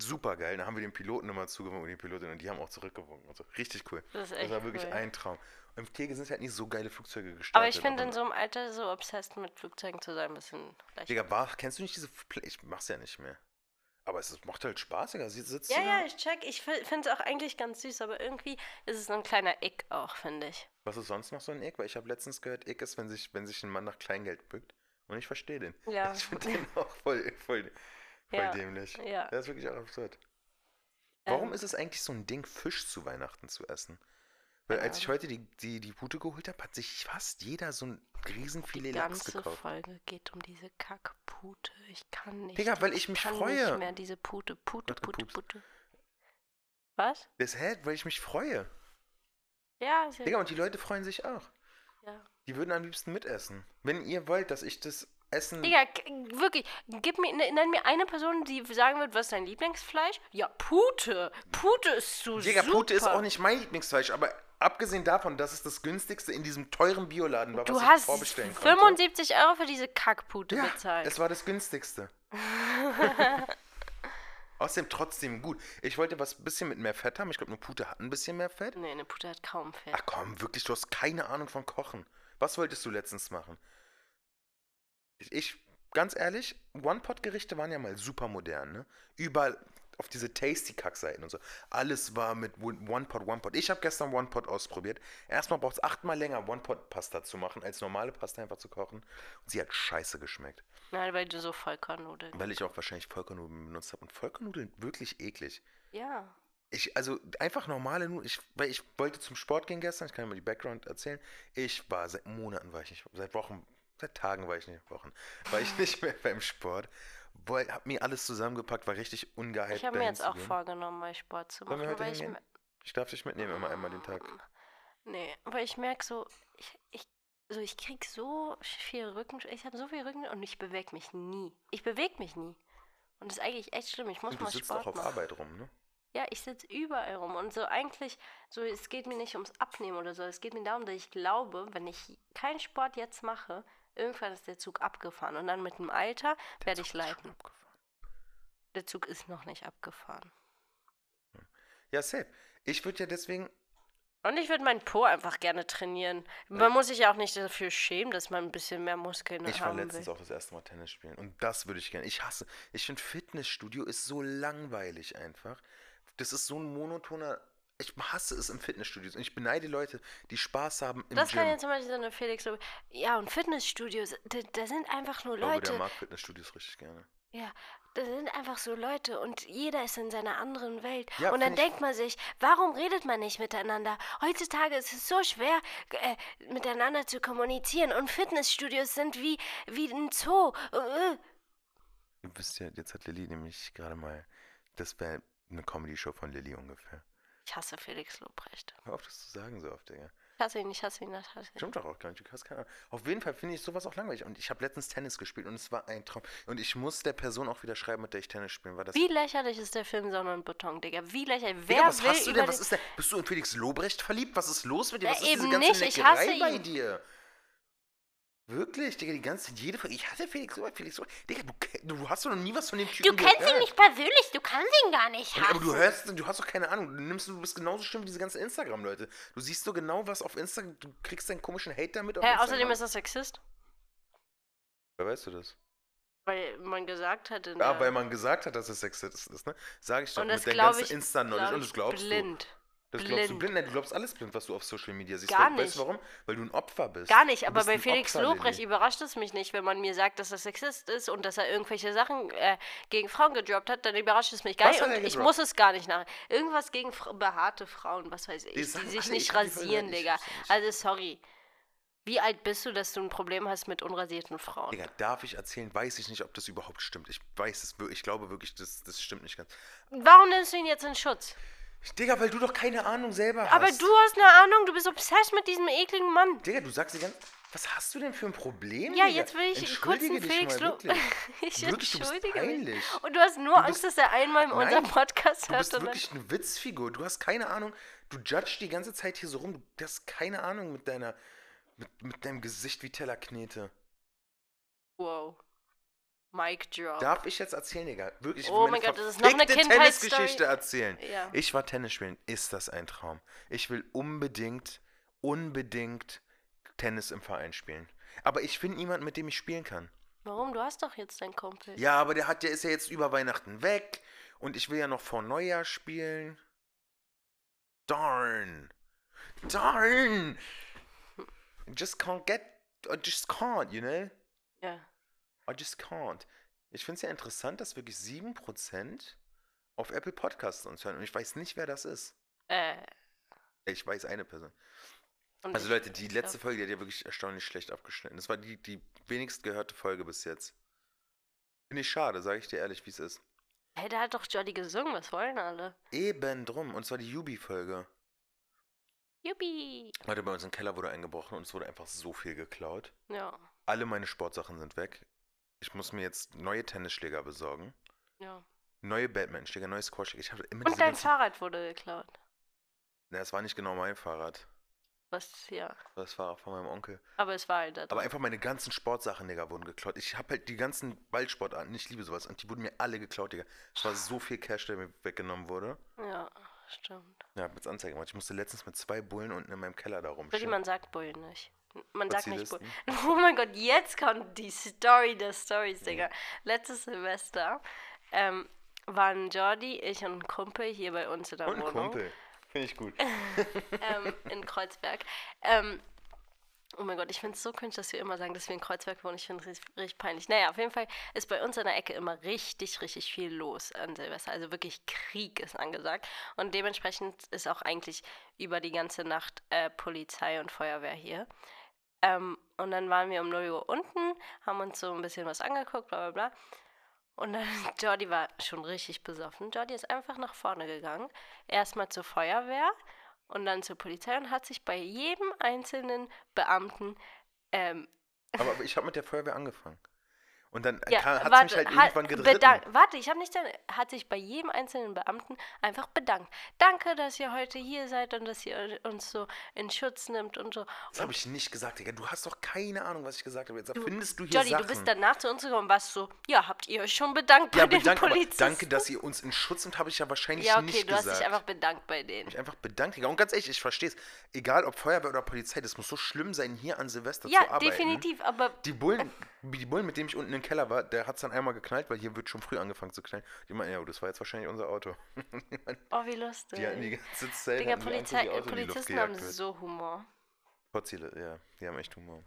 S1: Super geil. Dann haben wir den Piloten immer zugewunken und die Pilotin und die haben auch zurückgewunken. Also richtig cool.
S2: Das ist
S1: Das
S2: echt
S1: war wirklich
S2: cool.
S1: ein Traum. Und Im Tegel sind halt nicht so geile Flugzeuge gestartet.
S2: Aber ich finde
S1: dann
S2: in so einem Alter so obsessed mit Flugzeugen zu sein ein bisschen leicht.
S1: Digga, war, kennst du nicht diese. F- Pla- Ich mach's ja nicht mehr. Aber es ist, macht halt Spaß, Digga. Sie sitzt
S2: Ja,
S1: du da-
S2: ja, ich check. Ich finde es auch eigentlich ganz süß, aber irgendwie ist es ein kleiner Ick auch, finde ich.
S1: Was ist sonst noch so ein Ick? Weil ich habe letztens gehört, Ick ist, wenn sich, wenn sich ein Mann nach Kleingeld bückt. Und ich verstehe den.
S2: Ja.
S1: Ich finde den auch voll, voll, voll
S2: Ja.
S1: dämlich.
S2: Ja.
S1: Das ist wirklich auch absurd. Warum
S2: Ähm.
S1: ist es eigentlich so ein Ding, Fisch zu Weihnachten zu essen? Weil
S2: Keine
S1: als ich heute die, die, die Pute geholt habe, hat sich fast jeder so ein Riesenfilet
S2: Die
S1: Lachs
S2: ganze
S1: gekauft.
S2: Folge geht um diese Kackpute. Ich kann nicht.
S1: Digga, weil ich mich
S2: kann
S1: freue.
S2: nicht mehr diese Pute. Pute,
S1: Hat
S2: Pute,
S1: gepupst.
S2: Pute. Was?
S1: Das hält, weil ich mich freue.
S2: Ja, sehr
S1: Digga, und die Leute freuen sich auch.
S2: Ja.
S1: Die würden am liebsten mitessen. Wenn ihr wollt, dass ich das Essen.
S2: Digga, k- wirklich, gib mir, ne- nenn mir eine Person, die sagen wird, was ist dein Lieblingsfleisch? Ja, Pute. Pute ist zu
S1: Digga,
S2: super.
S1: Pute ist auch nicht mein Lieblingsfleisch, aber abgesehen davon, dass es das günstigste in diesem teuren Bioladen war,
S2: Du
S1: was ich
S2: hast
S1: vorbestellen
S2: 75 Euro für diese
S1: konnte.
S2: Kackpute
S1: Ja,
S2: bezahlt.
S1: es war das günstigste. Außerdem trotzdem gut. Ich wollte was bisschen mit mehr Fett haben. Ich glaube, eine Pute hat ein bisschen mehr Fett.
S2: Nee, eine Pute hat kaum Fett.
S1: Ach komm, wirklich, du hast keine Ahnung von Kochen. Was wolltest du letztens machen? Ich, ich ganz ehrlich, One-Pot-Gerichte waren ja mal super modern, ne? Überall auf diese Tasty-Kack-Seiten und so. Alles war mit One- One-Pot, One-Pot. Ich habe gestern One-Pot ausprobiert. Erstmal braucht es achtmal länger, One-Pot-Pasta zu machen, als normale Pasta einfach zu kochen. Und sie hat scheiße geschmeckt.
S2: Nein, weil du so Vollkornnudeln.
S1: Weil ich auch wahrscheinlich Vollkornnudeln benutzt habe. Und Vollkornnudeln wirklich eklig.
S2: Ja.
S1: Ich, also einfach normale Nudeln. Ich, weil ich wollte zum Sport gehen gestern, ich kann dir mal die Background erzählen. Ich war seit Monaten war ich nicht, seit Wochen, seit Tagen war ich nicht, Wochen, war ich nicht mehr beim Sport. Woll, hab mir alles zusammengepackt, war richtig ungehypt.
S2: Ich habe mir
S1: Halt dahin
S2: jetzt
S1: zu
S2: auch
S1: gehen.
S2: vorgenommen, mal Sport zu
S1: Wollen wir
S2: machen,
S1: heute
S2: weil ich,
S1: hingehen?
S2: me-
S1: Ich darf dich mitnehmen, immer einmal den Tag.
S2: nee, weil ich merke so, ich, ich, so, ich krieg so viel Rücken, ich habe so viel Rücken und ich bewege mich nie. Ich bewege mich nie. Und das ist eigentlich echt schlimm. Ich muss
S1: Und du
S2: mal
S1: sitzt
S2: Sport
S1: auch auf
S2: machen.
S1: Arbeit rum, ne?
S2: Ja, ich sitze überall rum. Und so eigentlich, so es geht mir nicht ums Abnehmen oder so. Es geht mir darum, dass ich glaube, wenn ich keinen Sport jetzt mache, irgendwann ist der Zug abgefahren. Und dann mit dem Alter werde ich
S1: Zug ist schon
S2: leiden.
S1: abgefahren.
S2: Der Zug ist noch nicht abgefahren.
S1: Ja, safe. Ich würde ja deswegen,
S2: Und ich würde meinen Po einfach gerne trainieren. Man muss sich ja auch nicht dafür schämen, dass man ein bisschen mehr Muskeln
S1: ich war
S2: haben
S1: letztens
S2: will.
S1: auch das erste Mal Tennis spielen und das würde ich gerne. Ich hasse, ich finde Fitnessstudio ist so langweilig einfach. Das ist so ein monotoner, ich hasse es im Fitnessstudio und ich beneide Leute, die Spaß haben im
S2: Das
S1: Gym.
S2: kann ja zum Beispiel so eine Felix so. Ja, und Fitnessstudios, da, da sind einfach nur
S1: ich glaube,
S2: Leute.
S1: der mag Fitnessstudios richtig gerne.
S2: Ja, das sind einfach so Leute und jeder ist in seiner anderen Welt.
S1: Ja,
S2: und dann
S1: find ich-
S2: denkt man sich, warum redet man nicht miteinander? Heutzutage ist es so schwer, äh, miteinander zu kommunizieren und Fitnessstudios sind wie, wie ein Zoo. Äh, äh.
S1: Ihr wisst ja, jetzt hat Lilly nämlich gerade mal, das wäre eine Comedy-Show von Lilly ungefähr.
S2: Ich hasse Felix Lobrecht.
S1: Hör auf, das zu sagen so oft, Digga.
S2: Ich hasse ihn, ich hasse ihn, ich hasse ihn.
S1: Stimmt doch auch gar nicht, du hast keine Ahnung. Auf jeden Fall finde ich sowas auch langweilig. Und ich habe letztens Tennis gespielt und es war ein Traum. Und ich muss der Person auch wieder schreiben, mit der ich Tennis spielen, weil das...
S2: Wie lächerlich ist der Film Sonne und Beton, Digga? Wie lächerlich. Wer
S1: Digga, was
S2: will
S1: hast du
S2: über
S1: denn?
S2: den-
S1: Was ist denn? Bist du in Felix Lobrecht verliebt? Was ist los mit dir?
S2: Na,
S1: Was ist
S2: eben
S1: diese ganze
S2: nicht, ich hasse
S1: Neckerei bei
S2: ihn.
S1: dir? Wirklich, Digga, die ganze jede Folge. Ich hasse Felix Lobrecht, Felix Lobrecht. Digga, du, ke- du hast doch noch nie was von dem Typen
S3: Du kennst ihn
S1: gehört.
S3: nicht persönlich, du kannst ihn gar nicht
S1: Ja, aber du
S3: hassen.
S1: hörst, du hast doch keine Ahnung. Du nimmst, du bist genauso schlimm wie diese ganzen Instagram-Leute. Du siehst so genau, was auf Instagram, du kriegst deinen komischen Hate damit auf
S2: Hä,
S1: Instagram.
S2: außerdem ist er Sexist,
S1: Wer weißt du das?
S2: weil man gesagt hat... In
S1: Ja,
S2: der-
S1: weil man gesagt hat, dass es Sexist ist, ne? Sag ich doch,
S2: Und
S1: mit
S2: das
S1: der
S2: glaub
S1: ganzen
S2: ich-
S1: Insta-Knowledge.
S2: glaub
S1: Und das
S2: ich
S1: glaubst du.
S2: blind.
S1: Das glaubst du
S2: blind.
S1: blind. Nein, du glaubst alles blind, was du auf Social Media siehst.
S2: Gar
S1: Weil- Weißt du
S2: nicht.
S1: warum? Weil du ein Opfer bist.
S2: Gar nicht,
S1: Du
S2: aber
S1: bist
S2: bei
S1: ein
S2: Felix
S1: Opfer,
S2: Lobrecht
S1: Lilly.
S2: überrascht es mich nicht, wenn man mir sagt, dass er Sexist ist und dass er irgendwelche Sachen äh, gegen Frauen gedroppt hat, dann überrascht es mich gar
S1: Was
S2: nicht
S1: hat
S2: und
S1: er
S2: ich
S1: gedroppt?
S2: muss es gar nicht nach. Irgendwas gegen fra- behaarte Frauen, was weiß ich,
S1: Die
S2: die,
S1: Sachen-
S2: sich
S1: Alter, ich
S2: nicht
S1: kann die Folge
S2: rasieren,
S1: nicht, ich
S2: Digga.
S1: hab's nicht.
S2: Also sorry. Wie alt bist du, dass du ein Problem hast mit unrasierten Frauen?
S1: Digga, darf ich erzählen? Weiß ich nicht, ob das überhaupt stimmt. Ich weiß es, wir- ich glaube wirklich, das, das stimmt nicht ganz.
S2: Warum nimmst du ihn jetzt in Schutz?
S1: Digga, weil du doch keine Ahnung selber hast.
S2: Aber du hast eine Ahnung, du bist obsessed mit diesem ekligen Mann.
S1: Digga, du sagst die ganze Was hast du denn für ein Problem?
S2: Ja,
S1: Digga?
S2: jetzt will ich kurz
S1: Entschuldige
S2: einen
S1: dich
S2: Felix
S1: mal,
S2: Lo-
S1: wirklich.
S2: Ich
S1: Wirklich, du bist
S2: entschuldige mich.
S1: peinlich.
S2: Und du hast nur
S1: Du
S2: Angst,
S1: bist-
S2: dass er einmal in unserem
S1: Nein,
S2: Podcast
S1: Du
S2: hört
S1: bist
S2: und dann
S1: wirklich eine Witzfigur. Du hast keine Ahnung. Du judgst die ganze Zeit hier so rum. Du hast keine Ahnung mit deiner. Mit, mit deinem Gesicht wie Tellerknete.
S2: Wow. Mic drop.
S1: Darf ich jetzt erzählen, Digga? Wirklich, ich will
S2: Oh
S1: meine
S2: mein Gott, das ist noch eine
S1: verfickte
S2: Kindheitsstory.
S1: Tennisgeschichte erzählen.
S2: Ja.
S1: Ich war Tennis spielen. Ist das ein Traum? Ich will unbedingt, unbedingt Tennis im Verein spielen. Aber ich finde niemanden, mit dem ich spielen kann.
S2: Warum? Du hast doch jetzt deinen Kumpel.
S1: Ja, aber der hat ja, ist ja jetzt über Weihnachten weg. Und ich will ja noch vor Neujahr spielen. Darn. Darn. Just can't get. I just can't, you know?
S2: Ja.
S1: I just can't. Ich finde es ja interessant, dass wirklich 7% auf Apple Podcasts uns hören. Und ich weiß nicht, wer das ist.
S2: Äh.
S1: Ich weiß eine Person.
S2: und
S1: Also
S2: ich-
S1: Leute, die
S2: Hm. ich
S1: letzte
S2: glaub-
S1: Folge, die hat ja wirklich erstaunlich schlecht abgeschnitten. Das war die, die wenigst gehörte Folge bis jetzt. Finde ich schade, sage ich dir ehrlich, wie es ist.
S2: Hey, da hat doch Jolly gesungen. Was wollen alle?
S1: Eben drum, und zwar die Yubi-Folge.
S2: Yuppie.
S1: Leute, bei uns im Keller wurde eingebrochen und es wurde einfach so viel geklaut.
S2: Ja.
S1: Alle meine Sportsachen sind weg. Ich muss mir jetzt neue Tennisschläger besorgen.
S2: Ja.
S1: Neue Batman-Schläger, neue Squash-Schläger. Ich habe immer
S2: Und
S1: diese
S2: dein
S1: ganzen-
S2: Fahrrad wurde geklaut.
S1: Na, das war nicht genau mein Fahrrad.
S2: Was, ja.
S1: Das war von meinem Onkel.
S2: Aber es war halt da
S1: Aber
S2: drin.
S1: einfach meine ganzen Sportsachen, Digga, wurden geklaut. Ich habe halt die ganzen Ballsportarten, ich liebe sowas, und die wurden mir alle geklaut, Digga. Es war so viel Cash, der mir weggenommen wurde.
S2: Ja, stimmt.
S1: Ja, hab jetzt Anzeige gemacht. Ich musste letztens mit zwei Bullen unten in meinem Keller da
S2: Wirklich,
S1: rumstehen.
S2: man sagt Bullen nicht. Man sagt nicht Bullen.
S1: Polizisten.
S2: Oh mein Gott, jetzt kommt die Story der Stories, Digga. Letztes Semester ähm, waren Jordi, ich und ein Kumpel hier bei uns in der
S1: Und ein
S2: Wohnung.
S1: Kumpel. Finde ich gut.
S2: ähm, in Kreuzberg. Ähm, oh mein Gott, ich finde es so cringe, dass wir immer sagen, dass wir in Kreuzberg wohnen. Ich finde es richtig, richtig peinlich. Naja, auf jeden Fall ist bei uns in der Ecke immer richtig, richtig viel los an Silvester. Also wirklich Krieg ist angesagt. Und dementsprechend ist auch eigentlich über die ganze Nacht äh, Polizei und Feuerwehr hier. Ähm, und dann waren wir um 0 Uhr unten, haben uns so ein bisschen was angeguckt, bla bla bla. Und dann, Jordi war schon richtig besoffen. Jordi ist einfach nach vorne gegangen. Erstmal zur Feuerwehr und dann zur Polizei und hat sich bei jedem einzelnen Beamten ähm,
S1: Aber aber ich habe mit der Feuerwehr angefangen. Und dann
S2: ja,
S1: hat
S2: warte,
S1: mich halt
S2: hat-
S1: irgendwann gedritten.
S2: bedank- Warte, ich habe nicht deine, hat sich bei jedem einzelnen Beamten einfach bedankt. Danke, dass ihr heute hier seid und dass ihr uns so in Schutz nimmt und so.
S1: Das habe ich nicht gesagt, Digga. Du hast doch keine Ahnung, was ich gesagt habe. Jetzt erfindest du hier
S2: Johnny,
S1: Sachen.
S2: du bist danach zu uns gekommen, warst so, ja, habt ihr euch schon bedankt bei
S1: ja,
S2: den
S1: bedankt, aber
S2: Polizisten?
S1: danke, dass ihr uns in Schutz nimmt, habe ich ja wahrscheinlich
S2: Ja, okay,
S1: nicht
S2: du
S1: gesagt.
S2: hast dich einfach bedankt bei denen.
S1: mich einfach bedankt, Digga. Und ganz ehrlich, ich verstehe es. Egal ob Feuerwehr oder Polizei, das muss so schlimm sein, hier an Silvester zu
S2: Ja,
S1: arbeiten.
S2: definitiv, aber
S1: Die Bullen, die Bullen, mit dem ich unten im Keller war, der hat es dann einmal geknallt, weil hier wird schon früh angefangen zu knallen. Die meinten, ja, oh, das war jetzt wahrscheinlich unser Auto.
S2: oh, wie lustig.
S1: Die hatten die ganze Zeit.
S2: Digga,
S1: hatten die Angst, dass
S2: Polizei,
S1: ihr Auto in die Luft
S2: Polizisten
S1: gejagt
S2: haben
S1: wird.
S2: so Humor.
S1: Potziele, ja, die haben echt Humor.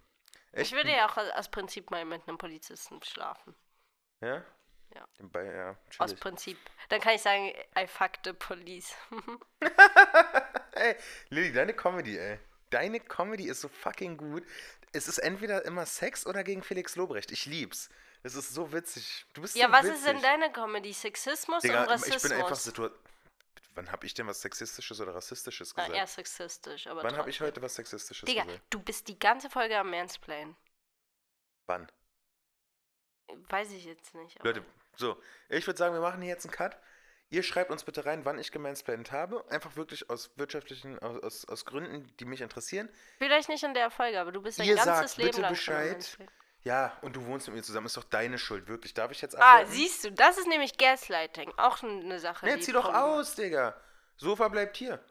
S2: Ich würde ja auch als, als Prinzip mal mit einem Polizisten schlafen.
S1: Ja?
S2: Ja.
S1: Den Ball, ja,
S2: Aus
S1: chillig.
S2: Prinzip. Dann kann ich sagen, I fuck the police.
S1: Ey, Lilly, deine Comedy, ey. Deine Comedy ist so fucking gut. Es ist entweder immer Sex oder gegen Felix Lobrecht. Ich lieb's. Es ist so witzig. Du bist
S2: Ja,
S1: so
S2: was
S1: witzig.
S2: ist denn deine Comedy? Sexismus
S1: Digga,
S2: und Rassismus?
S1: ich bin einfach situa Wann habe ich denn was Sexistisches oder Rassistisches
S2: Na,
S1: gesagt?
S2: eher sexistisch, aber
S1: Wann habe ich
S2: trotzdem.
S1: heute was Sexistisches
S2: Digga,
S1: gesagt?
S2: du bist die ganze Folge am Mansplain.
S1: Wann?
S2: Weiß ich jetzt nicht. aber-
S1: Leute, so. Ich würde sagen, wir machen hier jetzt einen Cut. Ihr schreibt uns bitte rein, wann ich gemansplained habe. Einfach wirklich aus wirtschaftlichen, aus, aus, aus Gründen, die mich interessieren.
S2: Vielleicht nicht in der Folge, aber du bist dein
S1: Ihr
S2: ganzes
S1: sagt
S2: Leben
S1: bitte
S2: lang schon am
S1: Bescheid.
S2: Mansplain.
S1: Ja, und du wohnst mit mir zusammen. Ist doch deine Schuld, wirklich. Darf ich jetzt
S2: Ah,
S1: ableiten?
S2: siehst du, das ist nämlich Gaslighting. Auch eine Sache.
S1: Nee,
S2: die
S1: zieh doch
S2: Paul macht.
S1: aus, Digga. Sofa bleibt hier.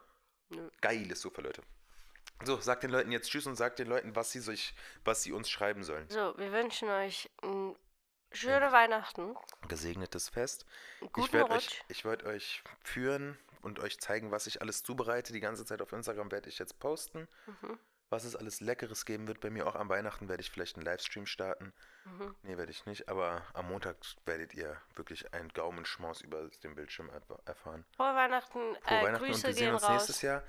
S2: Nö.
S1: Geiles Sofa, Leute. So, sagt den Leuten jetzt Tschüss und sagt den Leuten, was sie, sich, was sie uns schreiben sollen.
S2: So, wir wünschen euch mm, schöne Weihnachten.
S1: Gesegnetes Fest. ich
S2: Guten
S1: werd
S2: Rutsch.
S1: euch, ich werde euch führen und euch zeigen, was ich alles zubereite. Die ganze Zeit auf Instagram werde ich jetzt posten.
S2: Mhm.
S1: Was es alles Leckeres geben wird bei mir. Auch am Weihnachten werde ich vielleicht einen Livestream starten.
S2: Mhm.
S1: Nee, werde ich nicht. Aber am Montag werdet ihr wirklich einen Gaumenschmaus über den Bildschirm erf- erfahren.
S2: Frohe Weihnachten.
S1: Frohe
S2: äh,
S1: Weihnachten
S2: Grüße
S1: und wir
S2: gehen
S1: sehen uns
S2: raus.
S1: nächstes Jahr.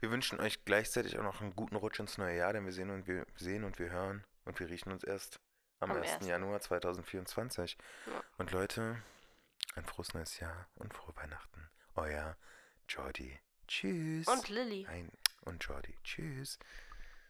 S1: Wir wünschen euch gleichzeitig auch noch einen guten Rutsch ins neue Jahr, denn wir sehen und wir sehen und wir hören und wir riechen uns erst am,
S2: Am
S1: 1.
S2: 1..
S1: Januar 2024.
S2: Ja.
S1: Und Leute, ein frohes neues Jahr und frohe Weihnachten. Euer Jordi. Tschüss.
S2: Und Lilly.
S1: Ein und Jordi. Tschüss.